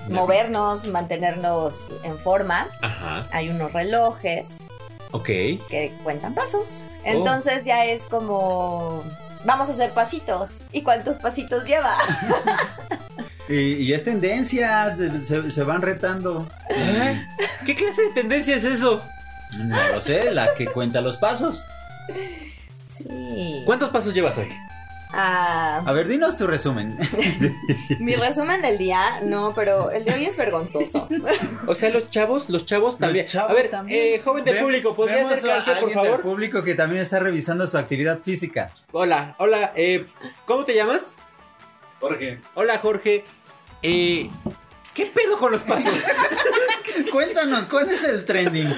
[SPEAKER 3] movernos, mantenernos en forma,
[SPEAKER 2] Ajá,
[SPEAKER 3] hay unos relojes
[SPEAKER 2] ok.
[SPEAKER 3] que cuentan pasos. Entonces ya es como vamos a hacer pasitos. ¿Y cuántos pasitos lleva?
[SPEAKER 1] Y, y es tendencia, se, se van retando.
[SPEAKER 2] Ah, ¿Qué clase de tendencia es eso?
[SPEAKER 1] No Mm, lo sé, la que cuenta los pasos.
[SPEAKER 3] Sí.
[SPEAKER 2] ¿Cuántos pasos llevas hoy?
[SPEAKER 3] Ah,
[SPEAKER 1] A ver, dinos tu resumen.
[SPEAKER 3] mi resumen del día, no, pero el de hoy es vergonzoso.
[SPEAKER 2] O sea, los chavos, los chavos también.
[SPEAKER 1] chavos
[SPEAKER 2] a ver,
[SPEAKER 1] también.
[SPEAKER 2] eh, joven del
[SPEAKER 1] Ve-
[SPEAKER 2] público, ¿podría
[SPEAKER 1] vemos a
[SPEAKER 2] acercarse, por
[SPEAKER 1] alguien del
[SPEAKER 2] favor?
[SPEAKER 1] público que también está revisando su actividad física.
[SPEAKER 2] Hola, hola, eh, ¿cómo te llamas? Jorge. Hola, Jorge. Eh, ¿Qué pedo con los pasos?
[SPEAKER 1] Cuéntanos, ¿cuál es el trending?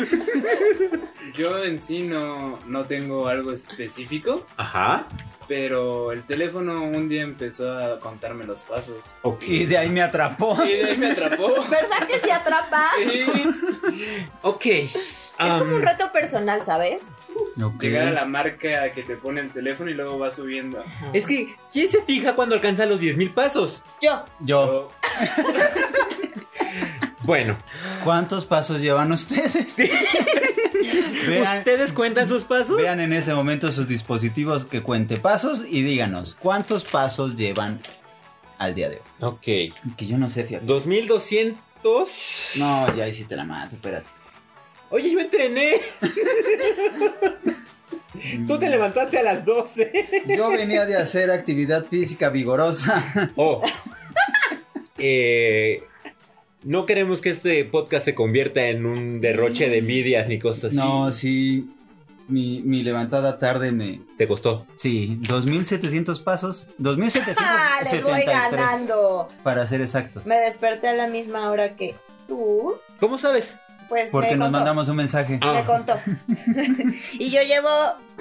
[SPEAKER 4] Yo en sí no, no tengo algo específico,
[SPEAKER 2] Ajá,
[SPEAKER 4] pero el teléfono un día empezó a contarme los pasos.
[SPEAKER 2] ok.
[SPEAKER 1] Y de ahí me atrapó.
[SPEAKER 4] Y de ahí me atrapó.
[SPEAKER 3] ¿Verdad que se atrapa?
[SPEAKER 4] Sí.
[SPEAKER 2] Ok.
[SPEAKER 3] Es como
[SPEAKER 2] um,
[SPEAKER 3] un reto personal, ¿sabes?
[SPEAKER 1] Ok.
[SPEAKER 4] Llegar a la marca que te pone el teléfono y luego va subiendo.
[SPEAKER 2] es que, ¿quién se fija cuando alcanza los 10.000 pasos?
[SPEAKER 3] Yo.
[SPEAKER 1] Yo,
[SPEAKER 4] Yo-
[SPEAKER 2] Bueno,
[SPEAKER 1] ¿cuántos pasos llevan ustedes? Vean,
[SPEAKER 2] ¿ustedes cuentan sus pasos?
[SPEAKER 1] vean en ese momento sus dispositivos que cuente pasos y díganos, ¿cuántos pasos llevan al día de hoy?
[SPEAKER 2] Ok.
[SPEAKER 1] Que yo no sé, fíjate.
[SPEAKER 2] 2200.
[SPEAKER 1] No, ya hiciste la mato, espérate.
[SPEAKER 2] Oye, yo entrené. Tú te levantaste a las 12.
[SPEAKER 1] Mm, Yo venía de hacer actividad física vigorosa.
[SPEAKER 2] Oh. Eh, no queremos que este podcast se convierta en un derroche de envidias ni cosas así.
[SPEAKER 1] No, sí. Mi, mi levantada tarde me.
[SPEAKER 2] ¿Te costó?
[SPEAKER 1] Sí, 2700 pasos. 2773.
[SPEAKER 3] Ah, les voy ganando.
[SPEAKER 1] Para ser exacto.
[SPEAKER 3] Me desperté a la misma hora que tú.
[SPEAKER 2] ¿Cómo sabes?
[SPEAKER 3] Pues
[SPEAKER 1] Porque
[SPEAKER 3] me
[SPEAKER 1] nos
[SPEAKER 3] contó.
[SPEAKER 1] mandamos un mensaje.
[SPEAKER 2] Ah.
[SPEAKER 3] Me contó. y yo llevo.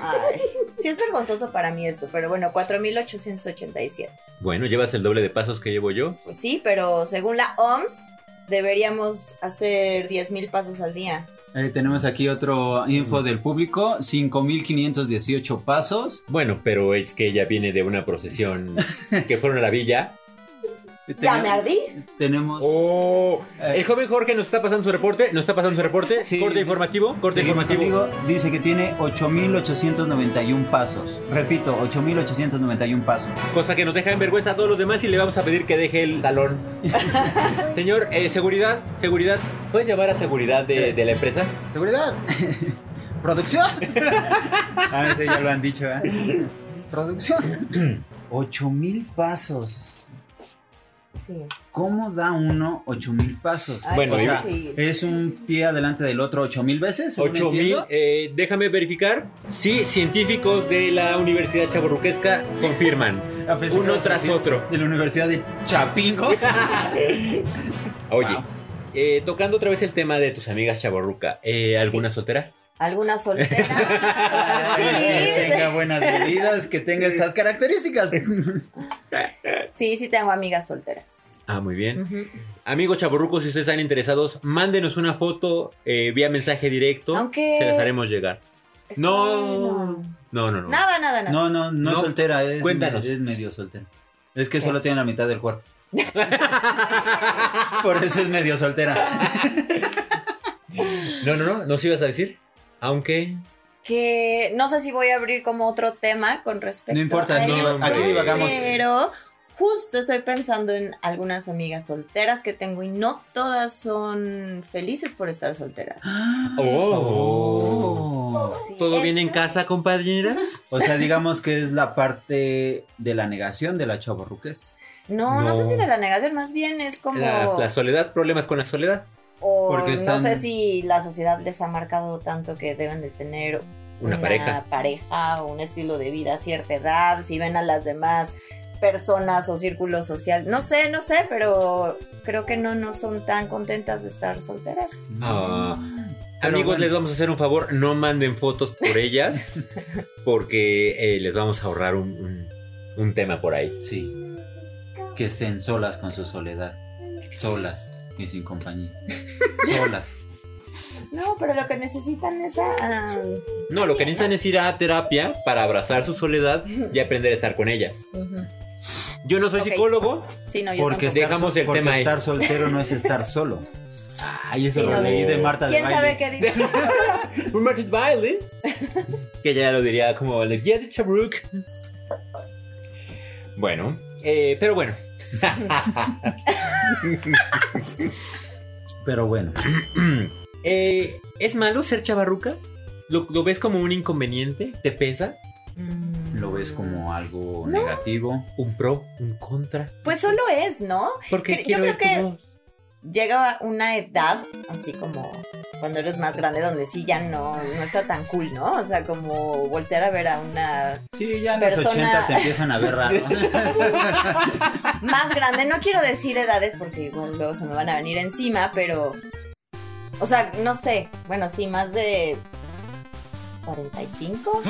[SPEAKER 3] Ay, sí, es vergonzoso para mí esto, pero bueno, 4887.
[SPEAKER 2] Bueno, llevas el doble de pasos que llevo yo.
[SPEAKER 3] Pues sí, pero según la OMS, deberíamos hacer 10.000 pasos al día.
[SPEAKER 1] Eh, tenemos aquí otro info del público: 5518 pasos.
[SPEAKER 2] Bueno, pero es que ella viene de una procesión que fueron a la villa.
[SPEAKER 3] Ya
[SPEAKER 1] Tenemos-
[SPEAKER 3] me ardí.
[SPEAKER 1] Tenemos.
[SPEAKER 2] Oh, el joven Jorge nos está pasando su reporte, nos está pasando su reporte.
[SPEAKER 1] Sí.
[SPEAKER 2] corte informativo, corte
[SPEAKER 1] Seguimos
[SPEAKER 2] informativo.
[SPEAKER 1] contigo. dice que tiene 8.891 pasos. Repito, 8.891 pasos.
[SPEAKER 2] Cosa que nos deja en vergüenza a todos los demás y le vamos a pedir que deje el talón. Señor, eh, seguridad, seguridad. ¿Puedes llamar a seguridad de, de la empresa?
[SPEAKER 1] ¿Seguridad? ¿Producción? a veces Ah, ya lo han dicho, ¿eh? ¿Producción? 8.000 pasos.
[SPEAKER 3] Sí.
[SPEAKER 1] ¿Cómo da uno 8.000 pasos?
[SPEAKER 3] Ay,
[SPEAKER 2] Bueno,
[SPEAKER 1] o
[SPEAKER 3] sí,
[SPEAKER 1] sea,
[SPEAKER 3] sí.
[SPEAKER 1] es un pie adelante del otro 8.000 veces. según
[SPEAKER 2] 8000.
[SPEAKER 1] entiendo.
[SPEAKER 2] eh, déjame verificar. Sí, científicos de la Universidad Chaburruquesca confirman.
[SPEAKER 1] A pesar
[SPEAKER 2] uno
[SPEAKER 1] de que
[SPEAKER 2] tras
[SPEAKER 1] decir,
[SPEAKER 2] otro.
[SPEAKER 1] De la Universidad de Chapingo.
[SPEAKER 2] Oye,
[SPEAKER 1] Wow.
[SPEAKER 2] eh, tocando otra vez el tema de tus amigas Chaburruca, eh, ¿alguna soltera?
[SPEAKER 3] ¿Alguna soltera?
[SPEAKER 1] Que
[SPEAKER 3] sí.
[SPEAKER 1] tenga buenas medidas, que tenga estas características.
[SPEAKER 3] Sí, sí tengo amigas solteras.
[SPEAKER 2] Ah, muy bien.
[SPEAKER 3] Ujú.
[SPEAKER 2] Amigos chaburrucos, si ustedes están interesados, mándenos una foto eh, vía mensaje directo.
[SPEAKER 3] Aunque-
[SPEAKER 2] Se las haremos llegar.
[SPEAKER 3] Estoy-
[SPEAKER 2] No. No, no, no.
[SPEAKER 3] Nada, nada, nada.
[SPEAKER 1] No, no, no,
[SPEAKER 2] No.
[SPEAKER 1] es soltera, es,
[SPEAKER 2] Cuéntanos.
[SPEAKER 1] es medio soltera. Es que solo tiene la mitad del cuerpo. Por eso es medio soltera.
[SPEAKER 2] No, no, no. Nos ibas a decir. Aunque.
[SPEAKER 3] Que no sé si voy a abrir como otro tema con respecto
[SPEAKER 1] No importa,
[SPEAKER 3] a
[SPEAKER 1] aquí
[SPEAKER 3] esto,
[SPEAKER 1] diva- aquí divagamos.
[SPEAKER 3] Pero justo estoy pensando en algunas amigas solteras que tengo y no todas son felices por estar solteras.
[SPEAKER 2] Oh.
[SPEAKER 1] Oh.
[SPEAKER 3] Sí,
[SPEAKER 2] Ah, ¿Todo bien en
[SPEAKER 3] eso.
[SPEAKER 2] casa, compadrera?
[SPEAKER 1] O sea, digamos que es la parte de la negación de la chavorruques.
[SPEAKER 3] No, no, sé
[SPEAKER 2] No.
[SPEAKER 3] si de la negación, más bien es como...
[SPEAKER 2] La, la soledad, problemas con la soledad.
[SPEAKER 3] o
[SPEAKER 1] Porque están-
[SPEAKER 3] No sé si la sociedad les ha marcado tanto que deben de tener
[SPEAKER 2] Una pareja.
[SPEAKER 3] pareja o un estilo de vida a cierta edad, si ven a las demás personas o círculo social. No sé, no sé, pero creo que no, no son tan contentas de estar solteras.
[SPEAKER 2] Ah.
[SPEAKER 1] Pero
[SPEAKER 2] Amigos,
[SPEAKER 1] bueno.
[SPEAKER 2] les vamos a hacer un favor, no manden fotos por ellas, porque eh, les vamos a ahorrar un, un- un tema por ahí.
[SPEAKER 1] Sí. Que estén solas con su soledad. Solas y sin compañía. Solas.
[SPEAKER 3] No, pero lo que necesitan es a...
[SPEAKER 2] No, lo que necesitan es ir a terapia para abrazar su soledad y aprender a estar con ellas.
[SPEAKER 3] Ujú.
[SPEAKER 2] Yo no soy
[SPEAKER 3] Ok.
[SPEAKER 2] psicólogo,
[SPEAKER 3] Sí, no, yo
[SPEAKER 1] Porque,
[SPEAKER 3] tampoco.
[SPEAKER 1] estar,
[SPEAKER 2] Dejamos el
[SPEAKER 1] porque
[SPEAKER 2] tema ahí.
[SPEAKER 1] estar soltero no es estar solo. Ay, eso
[SPEAKER 3] Sí,
[SPEAKER 1] lo
[SPEAKER 3] no.
[SPEAKER 1] leí de Marta de
[SPEAKER 3] ¿Quién
[SPEAKER 1] Baile.
[SPEAKER 3] sabe qué dice?
[SPEAKER 2] un martes baile. que ya lo diría como la guía de Chabruk. Bueno, eh, pero bueno,
[SPEAKER 1] Pero bueno.
[SPEAKER 2] eh, ¿es malo ser chavarruca? ¿Lo, ¿Lo ves como un inconveniente? ¿Te pesa?
[SPEAKER 1] ¿Lo ves como algo negativo?
[SPEAKER 2] ¿Un pro? ¿Un contra?
[SPEAKER 3] Pues solo es, ¿no?
[SPEAKER 2] Porque
[SPEAKER 3] Cre- yo
[SPEAKER 2] quiero
[SPEAKER 3] creo
[SPEAKER 2] ver
[SPEAKER 3] que-
[SPEAKER 2] cómo-
[SPEAKER 3] llega una edad, así como cuando eres más grande, donde sí ya no, no está tan cool, ¿no? O sea, como voltear a ver a una
[SPEAKER 1] Sí, ya en
[SPEAKER 3] Persona-
[SPEAKER 1] los 80 te empiezan a ver raro.
[SPEAKER 3] más grande. No quiero decir edades porque igual luego se me van a venir encima, pero. O sea, no sé. Bueno, sí, más de. 45.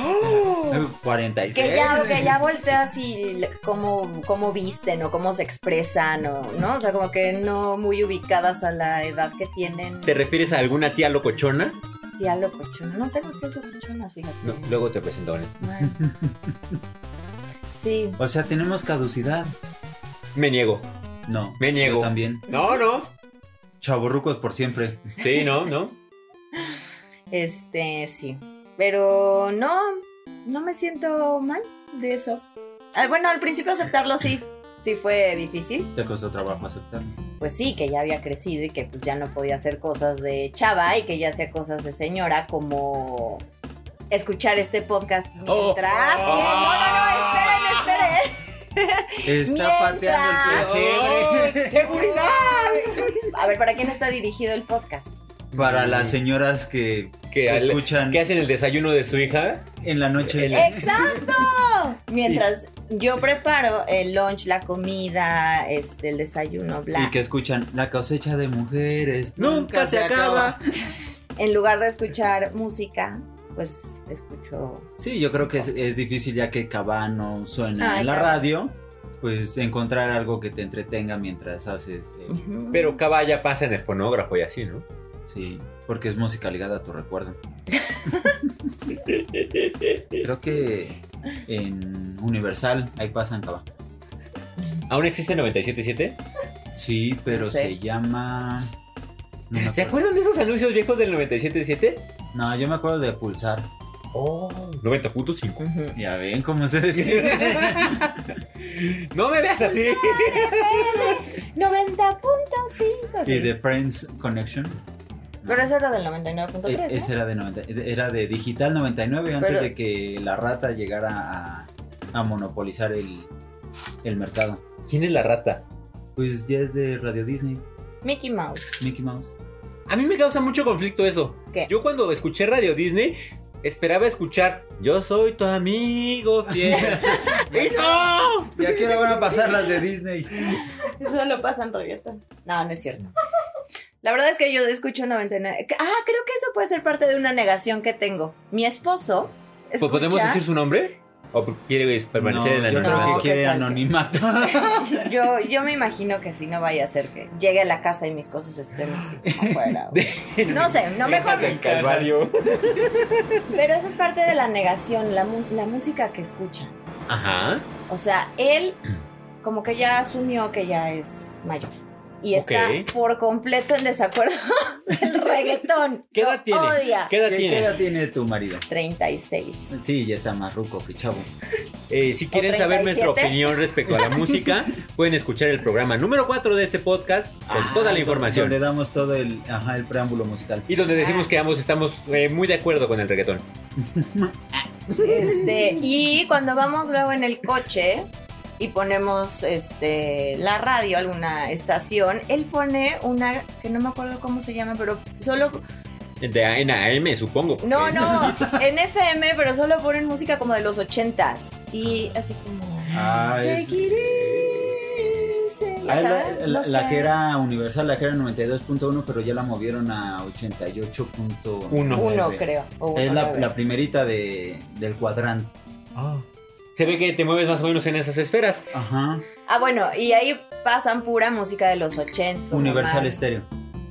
[SPEAKER 1] 46.
[SPEAKER 3] Que ya, que ya volteas y le- cómo, cómo visten o cómo se expresan o, ¿no? O sea, como que no muy ubicadas a la edad que tienen.
[SPEAKER 2] ¿Te refieres a alguna tía locochona?
[SPEAKER 3] Tía locochona. No tengo tías locochonas, fíjate.
[SPEAKER 2] No, luego te presento a una.
[SPEAKER 3] Sí,
[SPEAKER 1] O sea, tenemos caducidad.
[SPEAKER 2] Me niego.
[SPEAKER 1] No.
[SPEAKER 2] Me niego.
[SPEAKER 1] yo también.
[SPEAKER 2] No, no.
[SPEAKER 1] Chaborrucos por siempre.
[SPEAKER 2] Sí, no, no.
[SPEAKER 3] este, sí. Pero no, no me siento mal de eso. Ah, bueno, al principio aceptarlo sí, sí fue difícil.
[SPEAKER 1] Te costó trabajo aceptarlo.
[SPEAKER 3] Pues sí, que ya había crecido y que pues ya no podía hacer cosas de chava y que ya hacía cosas de señora como escuchar este podcast mientras... que- No, no, no, esperen, esperen.
[SPEAKER 1] Está
[SPEAKER 3] Mientras.
[SPEAKER 1] pateando el pesebre.
[SPEAKER 3] A ver, ¿para quién está dirigido el podcast?
[SPEAKER 1] Para las señoras que
[SPEAKER 2] Que, al-
[SPEAKER 1] escuchan
[SPEAKER 2] que hacen el desayuno de su hija.
[SPEAKER 1] en la noche.
[SPEAKER 2] El-
[SPEAKER 3] ¡Exacto! Mientras yo preparo el lunch, la comida, este, el desayuno, bla.
[SPEAKER 1] Y que escuchan la cosecha de mujeres.
[SPEAKER 2] Nunca se acaba.
[SPEAKER 3] En lugar de escuchar música, pues escucho.
[SPEAKER 1] Sí, yo creo que es, es difícil ya que Cabano suena
[SPEAKER 3] Ay,
[SPEAKER 1] en la
[SPEAKER 3] Cabá.
[SPEAKER 1] radio. Pues encontrar algo que te entretenga mientras haces. eh,
[SPEAKER 3] Mm.
[SPEAKER 2] Pero caballa pasa en el fonógrafo y así, ¿no?
[SPEAKER 1] Sí, porque es música ligada a tu recuerdo. Creo que en Universal ahí pasan Cava. Ah,
[SPEAKER 2] ¿Aún existe 97.7?
[SPEAKER 1] Sí, pero
[SPEAKER 3] No sé.
[SPEAKER 1] se llama. No, me
[SPEAKER 2] ¿Se
[SPEAKER 1] acuerdo.
[SPEAKER 2] acuerdan de esos anuncios viejos del 97.7?
[SPEAKER 1] No, yo me acuerdo de pulsar.
[SPEAKER 2] Oh, 90.5.
[SPEAKER 3] Ujú.
[SPEAKER 1] Ya ven cómo ustedes.
[SPEAKER 2] No me veas así.
[SPEAKER 3] 90.5.
[SPEAKER 1] y
[SPEAKER 3] sí.
[SPEAKER 1] de Friends Connection.
[SPEAKER 3] Pero eso era del
[SPEAKER 1] E-
[SPEAKER 3] 99.3.
[SPEAKER 1] ese
[SPEAKER 3] ¿no?
[SPEAKER 1] era de 90, era de Digital 99 antes
[SPEAKER 3] Pero-
[SPEAKER 1] de que la rata llegara a, a monopolizar el, el mercado.
[SPEAKER 2] ¿Quién es la rata?
[SPEAKER 1] Pues ya es de Radio Disney,
[SPEAKER 3] Mickey Mouse.
[SPEAKER 1] Mickey Mouse.
[SPEAKER 2] A mí me causa mucho conflicto eso.
[SPEAKER 3] ¿Qué?
[SPEAKER 2] Yo cuando escuché Radio Disney, esperaba escuchar Yo soy tu amigo fiel. ¡Y no!
[SPEAKER 1] Y aquí ahora van a pasar las de Disney.
[SPEAKER 3] Eso lo pasa en reggaetón. No, no es cierto. La verdad es que yo escucho 99. Ah, creo que eso puede ser parte de una negación que tengo. Mi esposo.
[SPEAKER 2] Pues, ¿Podemos
[SPEAKER 3] escucha-
[SPEAKER 2] decir su nombre? ¿O quiere es- permanecer en
[SPEAKER 1] No, yo
[SPEAKER 2] la
[SPEAKER 1] creo
[SPEAKER 2] anonimato?
[SPEAKER 1] que
[SPEAKER 3] ¿qué
[SPEAKER 1] quiere
[SPEAKER 3] tal?
[SPEAKER 1] anonimato.
[SPEAKER 3] Yo, yo me imagino que si no vaya a ser que llegue a la casa y mis cosas estén así como afuera. o- No sé, no mejor.
[SPEAKER 2] Calvario.
[SPEAKER 3] Pero eso es parte de la negación, la, mu- la música que escuchan.
[SPEAKER 2] Ajá.
[SPEAKER 3] O sea, él como que ya asumió que ya es mayor. Y está
[SPEAKER 2] Ok.
[SPEAKER 3] por completo en desacuerdo del reggaetón.
[SPEAKER 2] ¿Qué
[SPEAKER 3] Lo
[SPEAKER 2] edad tiene?
[SPEAKER 3] Odia.
[SPEAKER 2] ¿Qué edad
[SPEAKER 1] ¿Qué
[SPEAKER 2] tiene?
[SPEAKER 1] qué edad tiene tu marido?
[SPEAKER 3] 36.
[SPEAKER 1] Sí, ya está más ruco que chavo.
[SPEAKER 2] Eh, si quieren saber nuestra
[SPEAKER 3] 37.
[SPEAKER 2] opinión respecto a la música, pueden escuchar el programa número 4 de este podcast con
[SPEAKER 1] Ah,
[SPEAKER 2] toda la
[SPEAKER 1] donde-
[SPEAKER 2] información.
[SPEAKER 1] Donde damos todo el, ajá, el preámbulo musical.
[SPEAKER 2] Y donde decimos que ambos estamos eh, muy de acuerdo con el reggaetón.
[SPEAKER 3] Este, y cuando vamos luego en el coche y ponemos este la radio, alguna estación, él pone una que no me acuerdo cómo se llama, pero solo
[SPEAKER 2] De A- en AM, supongo. porque-
[SPEAKER 3] no, no, en FM, pero solo ponen música como de los ochentas. Y así como
[SPEAKER 1] Ah, es-
[SPEAKER 3] Take it easy, ya
[SPEAKER 1] Ah, es la-
[SPEAKER 3] sabes,
[SPEAKER 1] la,
[SPEAKER 3] no
[SPEAKER 1] la
[SPEAKER 3] sé.
[SPEAKER 1] que era universal, la que era 92.1, pero ya la movieron a 88.1.
[SPEAKER 2] Uno.
[SPEAKER 3] uno, creo. o
[SPEAKER 1] Es
[SPEAKER 3] uno,
[SPEAKER 1] la,
[SPEAKER 3] nueve.
[SPEAKER 1] la primerita de, del cuadrante. Ah.
[SPEAKER 2] Se ve que te mueves más o menos en esas esferas.
[SPEAKER 1] Ajá.
[SPEAKER 3] Ah, bueno, y ahí pasan pura música de los ochentas. como
[SPEAKER 1] Universal
[SPEAKER 3] más-
[SPEAKER 1] Stereo.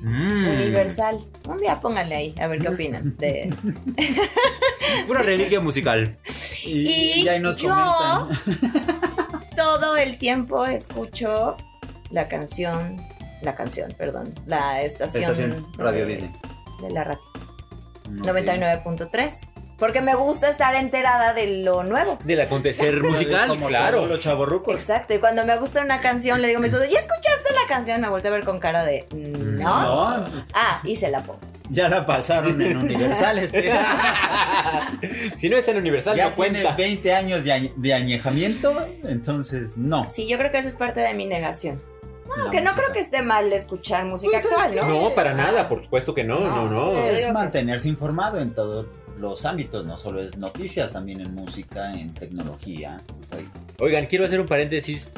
[SPEAKER 2] Mm.
[SPEAKER 3] Universal. Un día pónganle ahí, a ver qué opinan. De...
[SPEAKER 2] Pura reliquia musical.
[SPEAKER 1] Y,
[SPEAKER 3] Y
[SPEAKER 1] ya ahí nos
[SPEAKER 3] yo-
[SPEAKER 1] comentan.
[SPEAKER 3] Todo el tiempo escucho la canción, la canción, perdón, la estación,
[SPEAKER 1] Estación Radio
[SPEAKER 3] de,
[SPEAKER 1] Disney.
[SPEAKER 3] de la Rati,
[SPEAKER 1] Ok.
[SPEAKER 3] 99.3, porque me gusta estar enterada de lo nuevo.
[SPEAKER 2] Del acontecer musical,
[SPEAKER 1] Como todos
[SPEAKER 2] claro.
[SPEAKER 1] Los chavorrucos.
[SPEAKER 3] Exacto, y cuando me gusta una canción le digo a mi esposo, ¿ya escuchaste la canción? Me voltea a ver con cara de, ¿no?
[SPEAKER 1] No,
[SPEAKER 3] Ah, y se la pongo.
[SPEAKER 1] ya la pasaron en Universal Stereo.
[SPEAKER 2] Si no está en Universal,
[SPEAKER 1] ya
[SPEAKER 2] no
[SPEAKER 1] tiene
[SPEAKER 2] cuenta.
[SPEAKER 1] 20 años de, añ- de añejamiento, entonces no.
[SPEAKER 3] Sí, yo creo que eso es parte de mi negación.
[SPEAKER 1] La
[SPEAKER 3] Que no
[SPEAKER 1] música.
[SPEAKER 3] creo que esté mal escuchar música
[SPEAKER 1] Pues,
[SPEAKER 3] actual,
[SPEAKER 2] No,
[SPEAKER 3] ¿no?
[SPEAKER 2] para nada, por supuesto que no, no, no.
[SPEAKER 3] Yo digo
[SPEAKER 1] Es
[SPEAKER 3] que
[SPEAKER 1] mantenerse informado en todos los ámbitos, no solo es noticias, también en música, en tecnología. pues ahí.
[SPEAKER 2] Oigan, quiero hacer un paréntesis.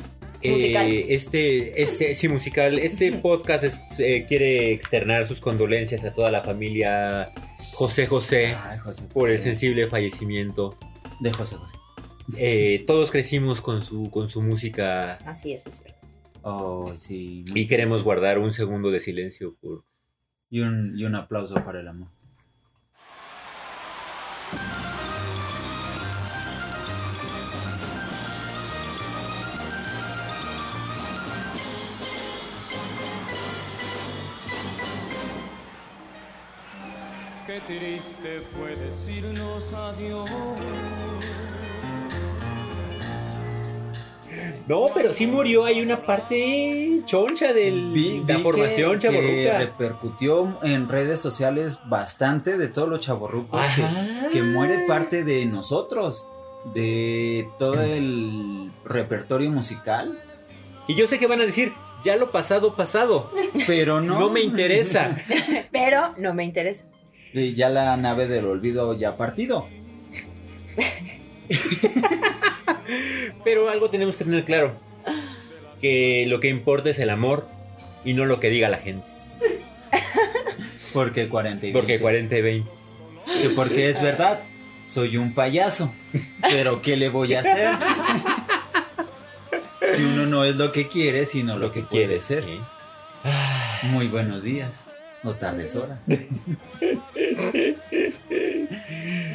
[SPEAKER 2] Eh,
[SPEAKER 3] Musical.
[SPEAKER 2] este, este, sí, musical. Este podcast es- eh, quiere externar sus condolencias a toda la familia José José
[SPEAKER 1] Ay, José.
[SPEAKER 2] por el
[SPEAKER 1] José.
[SPEAKER 2] sensible fallecimiento.
[SPEAKER 1] De José José.
[SPEAKER 2] Eh, todos crecimos con su, con su música
[SPEAKER 3] Así es, es cierto.
[SPEAKER 1] Oh, sí. muy
[SPEAKER 2] y queremos
[SPEAKER 1] triste.
[SPEAKER 2] guardar un segundo de silencio por.
[SPEAKER 1] Y un, y un aplauso para el amor.
[SPEAKER 5] Qué triste fue decirnos adiós.
[SPEAKER 2] No, pero sí murió. Hay una parte choncha de la
[SPEAKER 1] que-
[SPEAKER 2] formación
[SPEAKER 1] que
[SPEAKER 2] chaborruca.
[SPEAKER 1] repercutió en redes sociales bastante de todos los chaborrucos
[SPEAKER 2] Ajá.
[SPEAKER 1] que, que muere parte de nosotros, de todo el repertorio musical,
[SPEAKER 2] Y yo sé que van a decir, ya lo pasado, pasado.
[SPEAKER 1] pero no,
[SPEAKER 2] No, me interesa.
[SPEAKER 3] Pero no me interesa.
[SPEAKER 1] Y ya la nave del olvido ya ha partido.
[SPEAKER 2] Pero algo tenemos que tener claro. Que lo que importa es el amor y no lo que diga la gente.
[SPEAKER 1] Porque 40 y
[SPEAKER 2] Porque
[SPEAKER 1] 20.
[SPEAKER 2] 40 y 20.
[SPEAKER 1] Que porque es verdad, soy un payaso. Pero ¿qué le voy a hacer? Si uno no es lo que quiere, sino lo, que, quiere ser.
[SPEAKER 2] ¿sí?
[SPEAKER 1] Muy buenos días. O tardes horas.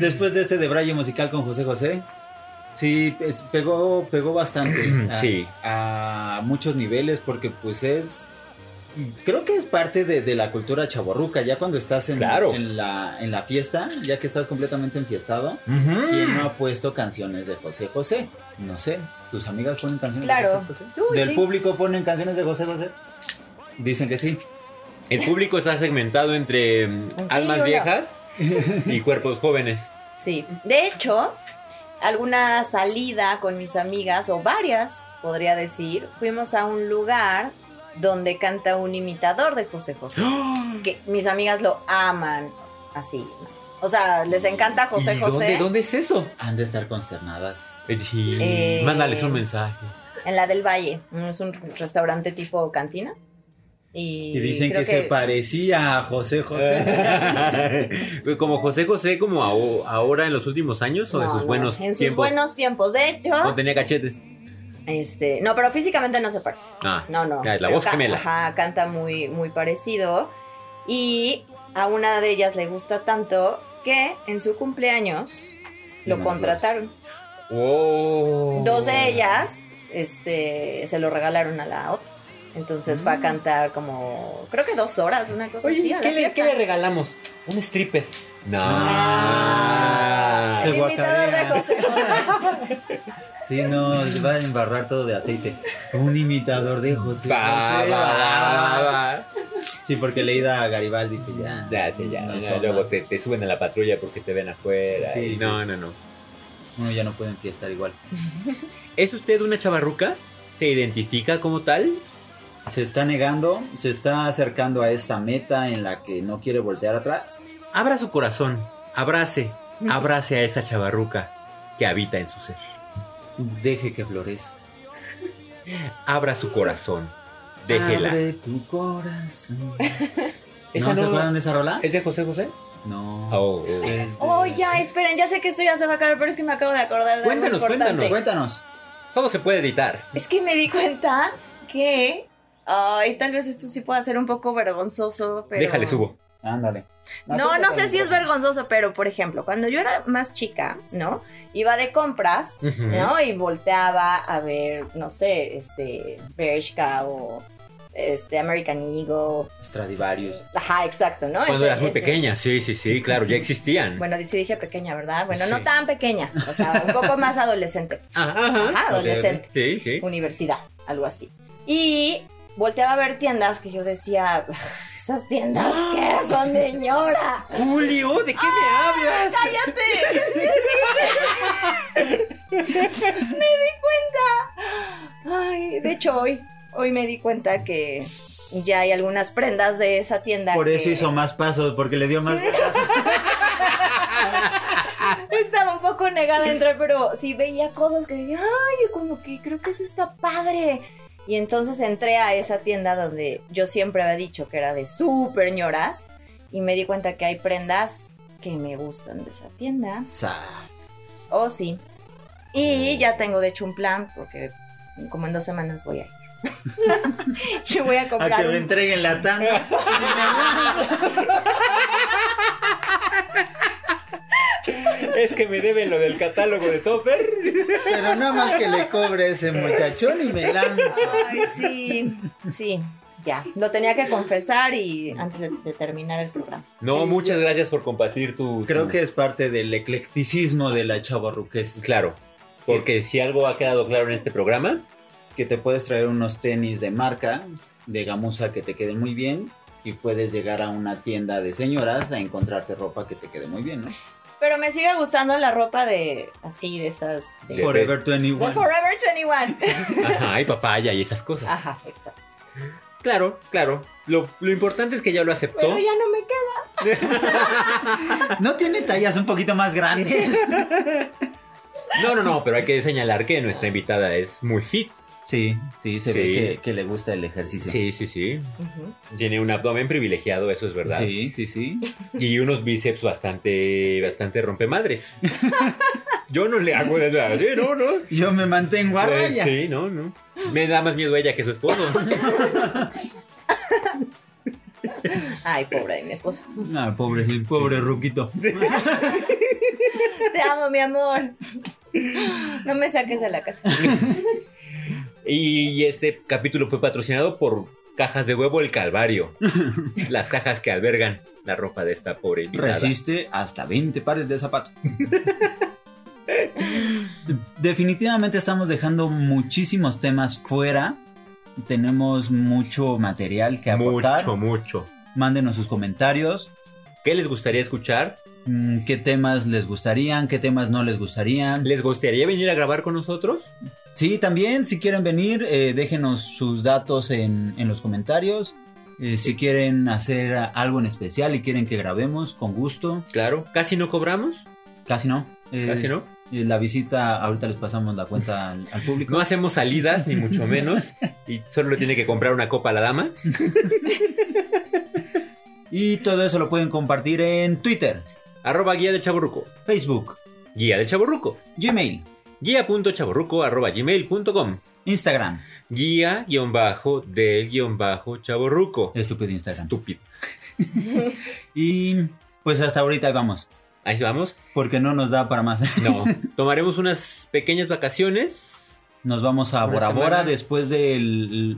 [SPEAKER 1] Después de este debraye musical con José José, Sí, es- pegó, pegó bastante. a,
[SPEAKER 2] Sí.
[SPEAKER 1] A muchos niveles porque pues es... Creo que es parte de, de la cultura chaborruca. Ya cuando estás en,
[SPEAKER 2] Claro.
[SPEAKER 1] en, la, en la fiesta, ya que estás completamente enfiestado, ¿quién no ha puesto canciones de José José? No sé, ¿tus amigas ponen canciones
[SPEAKER 3] Claro.
[SPEAKER 1] de José José?
[SPEAKER 3] Uy,
[SPEAKER 1] ¿Del
[SPEAKER 3] sí.
[SPEAKER 1] público ponen canciones de José José? Dicen que sí.
[SPEAKER 2] El público está segmentado entre mm,
[SPEAKER 3] Oh, Sí,
[SPEAKER 2] almas
[SPEAKER 3] hola.
[SPEAKER 2] viejas y cuerpos jóvenes.
[SPEAKER 3] Sí. De hecho, alguna salida con mis amigas, o varias, podría decir, fuimos a un lugar donde canta un imitador de José José.
[SPEAKER 2] ¡Ah!
[SPEAKER 3] que mis amigas lo aman así. O sea, les encanta José
[SPEAKER 2] ¿Y
[SPEAKER 3] José.
[SPEAKER 2] ¿Dónde, dónde es eso?
[SPEAKER 1] Han de estar consternadas.
[SPEAKER 2] Eh, sí,
[SPEAKER 3] Eh,
[SPEAKER 2] Mándales un mensaje.
[SPEAKER 3] En la del Valle. Es un restaurante tipo cantina. Y,
[SPEAKER 1] Y dicen que,
[SPEAKER 3] creo
[SPEAKER 1] se parecía a José José.
[SPEAKER 2] Como José José, como aho- ahora en los últimos años o en
[SPEAKER 3] No,
[SPEAKER 2] sus
[SPEAKER 3] no,
[SPEAKER 2] buenos
[SPEAKER 3] en sus
[SPEAKER 2] tiempos.
[SPEAKER 3] buenos tiempos. De hecho,
[SPEAKER 2] No tenía cachetes.
[SPEAKER 3] este, no, pero físicamente no se parece.
[SPEAKER 2] Ah,
[SPEAKER 3] No, no.
[SPEAKER 2] ya, la
[SPEAKER 3] Pero
[SPEAKER 2] voz
[SPEAKER 3] ca-
[SPEAKER 2] gemela.
[SPEAKER 3] Ajá, canta muy, muy parecido. Y a una de ellas le gusta tanto que en su cumpleaños
[SPEAKER 1] Le
[SPEAKER 3] lo
[SPEAKER 1] mandó
[SPEAKER 3] contrataron.
[SPEAKER 2] Oh.
[SPEAKER 3] Dos de ellas este, se lo regalaron a la otra. Entonces fue a cantar como, creo que dos horas, una cosa
[SPEAKER 2] Mm. Oye,
[SPEAKER 3] así, a la
[SPEAKER 2] ¿qué, le,
[SPEAKER 3] fiesta.
[SPEAKER 2] qué le regalamos? Un stripper. No.
[SPEAKER 3] Ah,
[SPEAKER 1] Se
[SPEAKER 3] el imitador de
[SPEAKER 1] guacarea.
[SPEAKER 3] José José.
[SPEAKER 1] Sí, no, se va a embarrar todo de aceite. Un imitador de José
[SPEAKER 2] Va,
[SPEAKER 1] José.
[SPEAKER 2] va, va, va, va.
[SPEAKER 1] Sí, porque le leída a Garibaldi que ya.
[SPEAKER 2] Ya, sí, ya.
[SPEAKER 1] No
[SPEAKER 2] ya,
[SPEAKER 1] son,
[SPEAKER 2] luego
[SPEAKER 1] ¿no?
[SPEAKER 2] te, te suben a la patrulla porque te ven afuera.
[SPEAKER 1] Sí.
[SPEAKER 2] y no, no, no.
[SPEAKER 1] Uno ya no puede enfiestar igual.
[SPEAKER 2] ¿Es usted una chavarruca? ¿Se identifica como tal?
[SPEAKER 1] Se está negando, se está acercando a esta meta en la que no quiere voltear atrás.
[SPEAKER 2] Abra su corazón, abrace, abrace a esa chavarruca que habita en su ser.
[SPEAKER 1] Deje que florezca.
[SPEAKER 2] Abra su corazón, déjela.
[SPEAKER 1] Abre tu corazón.
[SPEAKER 2] Esa
[SPEAKER 1] ¿No se
[SPEAKER 2] no-
[SPEAKER 1] acuerdan de esa rola?
[SPEAKER 2] ¿Es de José José?
[SPEAKER 1] No.
[SPEAKER 2] Oh, oh.
[SPEAKER 1] Es de-
[SPEAKER 3] Oh, ya, esperen, ya sé que esto ya se va a acabar, pero es que me acabo de acordar de
[SPEAKER 2] Cuéntanos,
[SPEAKER 3] algo importante.
[SPEAKER 2] cuéntanos.
[SPEAKER 1] Cuéntanos.
[SPEAKER 2] Todo se puede editar.
[SPEAKER 3] Es que me di cuenta que, ay, tal vez esto sí pueda ser un poco vergonzoso, pero...
[SPEAKER 2] Déjale, subo.
[SPEAKER 1] Ándale.
[SPEAKER 3] No, no sé si es
[SPEAKER 1] verdad.
[SPEAKER 3] vergonzoso, pero por ejemplo, cuando yo era más chica, ¿no? Iba de compras,
[SPEAKER 2] Ujú.
[SPEAKER 3] ¿no? Y volteaba a ver, no sé, este, Bershka o este, American Eagle.
[SPEAKER 1] Stradivarius.
[SPEAKER 3] Ajá, exacto, ¿no?
[SPEAKER 2] Cuando
[SPEAKER 3] Ese-
[SPEAKER 2] eras muy
[SPEAKER 3] ese-
[SPEAKER 2] pequeña, sí, sí, sí, claro, ya existían.
[SPEAKER 3] Bueno, sí dije pequeña, ¿verdad? Bueno, no
[SPEAKER 2] Sí. Ah,
[SPEAKER 3] tan pequeña, o sea, un poco más adolescente.
[SPEAKER 2] Ajá, ajá.
[SPEAKER 3] Ajá, adolescente.
[SPEAKER 2] Sí, sí.
[SPEAKER 3] universidad, algo así. Y volteaba a ver tiendas que yo decía, esas tiendas que son de ñora.
[SPEAKER 2] Julio, ¿de qué me hablas?
[SPEAKER 3] ¡Cállate! me di cuenta. Ay, de hecho hoy, hoy me di cuenta que ya hay algunas prendas de esa tienda.
[SPEAKER 1] Por eso
[SPEAKER 3] que
[SPEAKER 1] hizo más pasos, porque le dio más
[SPEAKER 3] Estaba un poco negada a entrar, pero sí veía cosas que decía, ay, como que creo que eso está padre. Y entonces entré a esa tienda donde yo siempre había dicho que era de súper ñoras y me di cuenta que hay prendas que me gustan de esa tienda.
[SPEAKER 1] Sas.
[SPEAKER 3] Oh, sí. Y ya tengo de hecho un plan porque como en dos semanas voy a ir. Yo voy a
[SPEAKER 1] A que
[SPEAKER 3] comprar
[SPEAKER 1] me
[SPEAKER 3] un...
[SPEAKER 1] entreguen la tanda.
[SPEAKER 2] Es que me deben lo del catálogo de Topper.
[SPEAKER 1] Pero nada más que le cobre ese muchachón y me lanza.
[SPEAKER 3] Ay, sí, sí, ya. Lo tenía que confesar y antes de, de terminar el programa.
[SPEAKER 2] No,
[SPEAKER 1] Sí,
[SPEAKER 2] muchas gracias por compartir tu.
[SPEAKER 1] Creo
[SPEAKER 2] tu-
[SPEAKER 1] que es parte del eclecticismo de la chavarruquez.
[SPEAKER 2] Claro. Porque si algo ha quedado claro en este programa,
[SPEAKER 1] Que te puedes traer unos tenis de marca, de gamuza que te queden muy bien. Y puedes llegar a una tienda de señoras a encontrarte ropa que te quede muy bien, ¿no?
[SPEAKER 3] Pero me sigue gustando la ropa de así, de esas. De,
[SPEAKER 2] De-
[SPEAKER 1] Forever
[SPEAKER 3] de
[SPEAKER 1] 21.
[SPEAKER 3] Forever 21.
[SPEAKER 2] ajá, y papaya y esas cosas.
[SPEAKER 3] Ajá, exacto.
[SPEAKER 2] Claro, claro. Lo, lo importante es que ya lo aceptó.
[SPEAKER 3] Pero ya no me queda.
[SPEAKER 1] No tiene tallas un poquito más grandes.
[SPEAKER 2] No, no, no, pero hay que señalar que nuestra invitada es muy fit.
[SPEAKER 1] Sí, sí, se
[SPEAKER 2] Sí.
[SPEAKER 1] ve que, que le gusta el ejercicio.
[SPEAKER 2] Sí, sí, sí. Tiene un abdomen privilegiado, eso es verdad.
[SPEAKER 1] sí, sí, sí.
[SPEAKER 2] Y unos bíceps bastante, bastante rompemadres. Yo no le hago de nada. Sí, no, no.
[SPEAKER 1] Yo me mantengo a
[SPEAKER 2] Pues,
[SPEAKER 1] raya.
[SPEAKER 2] sí, no, no. Me da más miedo ella que su esposo.
[SPEAKER 3] Ay, pobre de mi esposo.
[SPEAKER 1] Ah, pobre, sí, pobre ruquito.
[SPEAKER 3] Te amo, mi amor. No me saques de la casa.
[SPEAKER 2] Y este capítulo fue patrocinado por Cajas de Huevo El Calvario. Las cajas que albergan la ropa de esta pobre invitada.
[SPEAKER 1] Resiste hasta 20 pares de zapatos. Definitivamente estamos dejando muchísimos temas fuera. Tenemos mucho material que aportar.
[SPEAKER 2] Mucho, mucho.
[SPEAKER 1] Mándenos sus comentarios.
[SPEAKER 2] ¿Qué les gustaría escuchar?
[SPEAKER 1] Mm, ¿Qué temas les gustarían? ¿Qué temas no les gustarían?
[SPEAKER 2] ¿Les gustaría venir a grabar con nosotros?
[SPEAKER 1] Sí, también, si quieren venir, eh, déjenos sus datos en, en los comentarios. Eh, si quieren hacer a- algo en especial y quieren que grabemos, con gusto.
[SPEAKER 2] Claro. Casi no cobramos.
[SPEAKER 1] Casi no. Eh,
[SPEAKER 2] Casi no.
[SPEAKER 1] eh, La visita, ahorita les pasamos la cuenta al, al público.
[SPEAKER 2] No hacemos salidas, ni mucho menos. Y solo le tiene que comprar una copa a la dama.
[SPEAKER 1] Y todo eso lo pueden compartir en Twitter,
[SPEAKER 2] Arroba guía del chaborruco.
[SPEAKER 1] Facebook,
[SPEAKER 2] Guía del chaborruco.
[SPEAKER 1] Gmail,
[SPEAKER 2] Guía.chaborruco arroba gmail.com.
[SPEAKER 1] Instagram.
[SPEAKER 2] Guía guión bajo del guión bajo chaborruco.
[SPEAKER 1] Estúpido Instagram.
[SPEAKER 2] Estúpido.
[SPEAKER 1] Y pues hasta ahorita ahí vamos,
[SPEAKER 2] Ahí vamos.
[SPEAKER 1] porque no nos da para más.
[SPEAKER 2] No. Tomaremos unas pequeñas vacaciones.
[SPEAKER 1] Nos vamos a
[SPEAKER 2] Una
[SPEAKER 1] Bora
[SPEAKER 2] semana.
[SPEAKER 1] Bora después de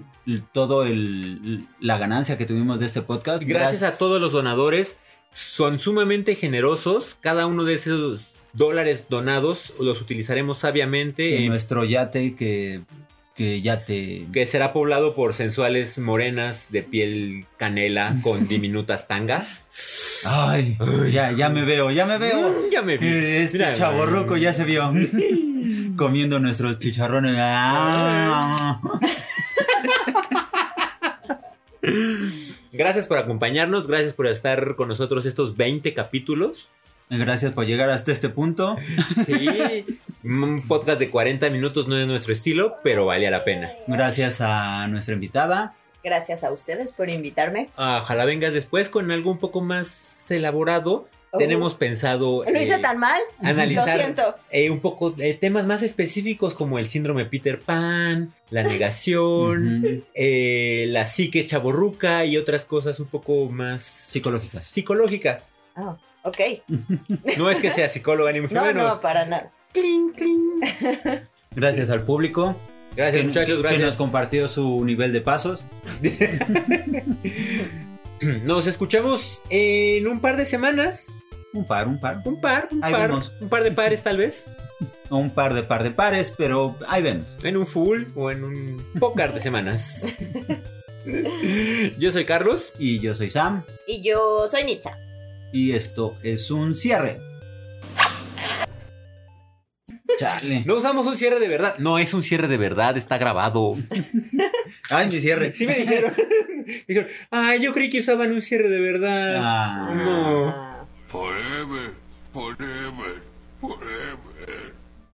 [SPEAKER 1] todo el, la ganancia que tuvimos de este podcast.
[SPEAKER 2] Gracias a todos los donadores. Son sumamente generosos. Cada uno de esos dólares donados los utilizaremos sabiamente.
[SPEAKER 1] en
[SPEAKER 2] en-
[SPEAKER 1] nuestro yate que, que yate.
[SPEAKER 2] que será poblado por sensuales morenas de piel canela con diminutas tangas.
[SPEAKER 1] Ay, ya, ya me veo, ya me veo.
[SPEAKER 2] Mm, ya me vi.
[SPEAKER 1] Eh, Este
[SPEAKER 2] Mira,
[SPEAKER 1] chaborroco ya se vio. Comiendo nuestros chicharrones. Ah.
[SPEAKER 2] Gracias por acompañarnos, gracias por estar con nosotros estos 20 capítulos.
[SPEAKER 1] Gracias por llegar hasta este punto.
[SPEAKER 2] Sí, un podcast de 40 minutos no es nuestro estilo, pero vale la pena.
[SPEAKER 1] Gracias a nuestra invitada.
[SPEAKER 3] Gracias a ustedes por invitarme.
[SPEAKER 2] Ah, Ojalá vengas después con algo un poco más elaborado.
[SPEAKER 3] Oh.
[SPEAKER 2] Tenemos pensado
[SPEAKER 3] Lo
[SPEAKER 2] eh,
[SPEAKER 3] hice tan mal.
[SPEAKER 2] analizar
[SPEAKER 3] Lo siento.
[SPEAKER 2] eh, un poco eh, temas más específicos como el síndrome Peter Pan, la negación,
[SPEAKER 1] Ujú.
[SPEAKER 2] eh, la psique chaborruca y otras cosas un poco más
[SPEAKER 1] Psicológicas.
[SPEAKER 2] Psicológicas.
[SPEAKER 3] Ah, ok.
[SPEAKER 2] No es que sea psicóloga ni mucho
[SPEAKER 3] No,
[SPEAKER 2] menos.
[SPEAKER 3] no, para nada.
[SPEAKER 1] Gracias al público.
[SPEAKER 2] Gracias,
[SPEAKER 1] que-
[SPEAKER 2] muchachos,
[SPEAKER 1] Que nos
[SPEAKER 2] gracias.
[SPEAKER 1] compartió su nivel de pasos.
[SPEAKER 2] Nos... escuchamos en un par de semanas.
[SPEAKER 1] Un par, un par.
[SPEAKER 2] Un par, un
[SPEAKER 1] Ahí
[SPEAKER 2] par.
[SPEAKER 1] vemos.
[SPEAKER 2] Un par de pares, tal vez.
[SPEAKER 1] O un par de par de pares, pero ahí vemos.
[SPEAKER 2] En un full o en un pócar de semanas. Yo soy Carlos.
[SPEAKER 1] Y yo soy Sam.
[SPEAKER 3] Y yo soy Nitza.
[SPEAKER 1] Y esto es un cierre. Chale.
[SPEAKER 2] No usamos un cierre de verdad. No es un cierre de verdad, está grabado.
[SPEAKER 1] Ay, mi cierre.
[SPEAKER 2] Sí me dijeron. dijeron, ay, yo creí que usaban un cierre de verdad.
[SPEAKER 1] Ah.
[SPEAKER 2] No.
[SPEAKER 6] Forever, forever, forever.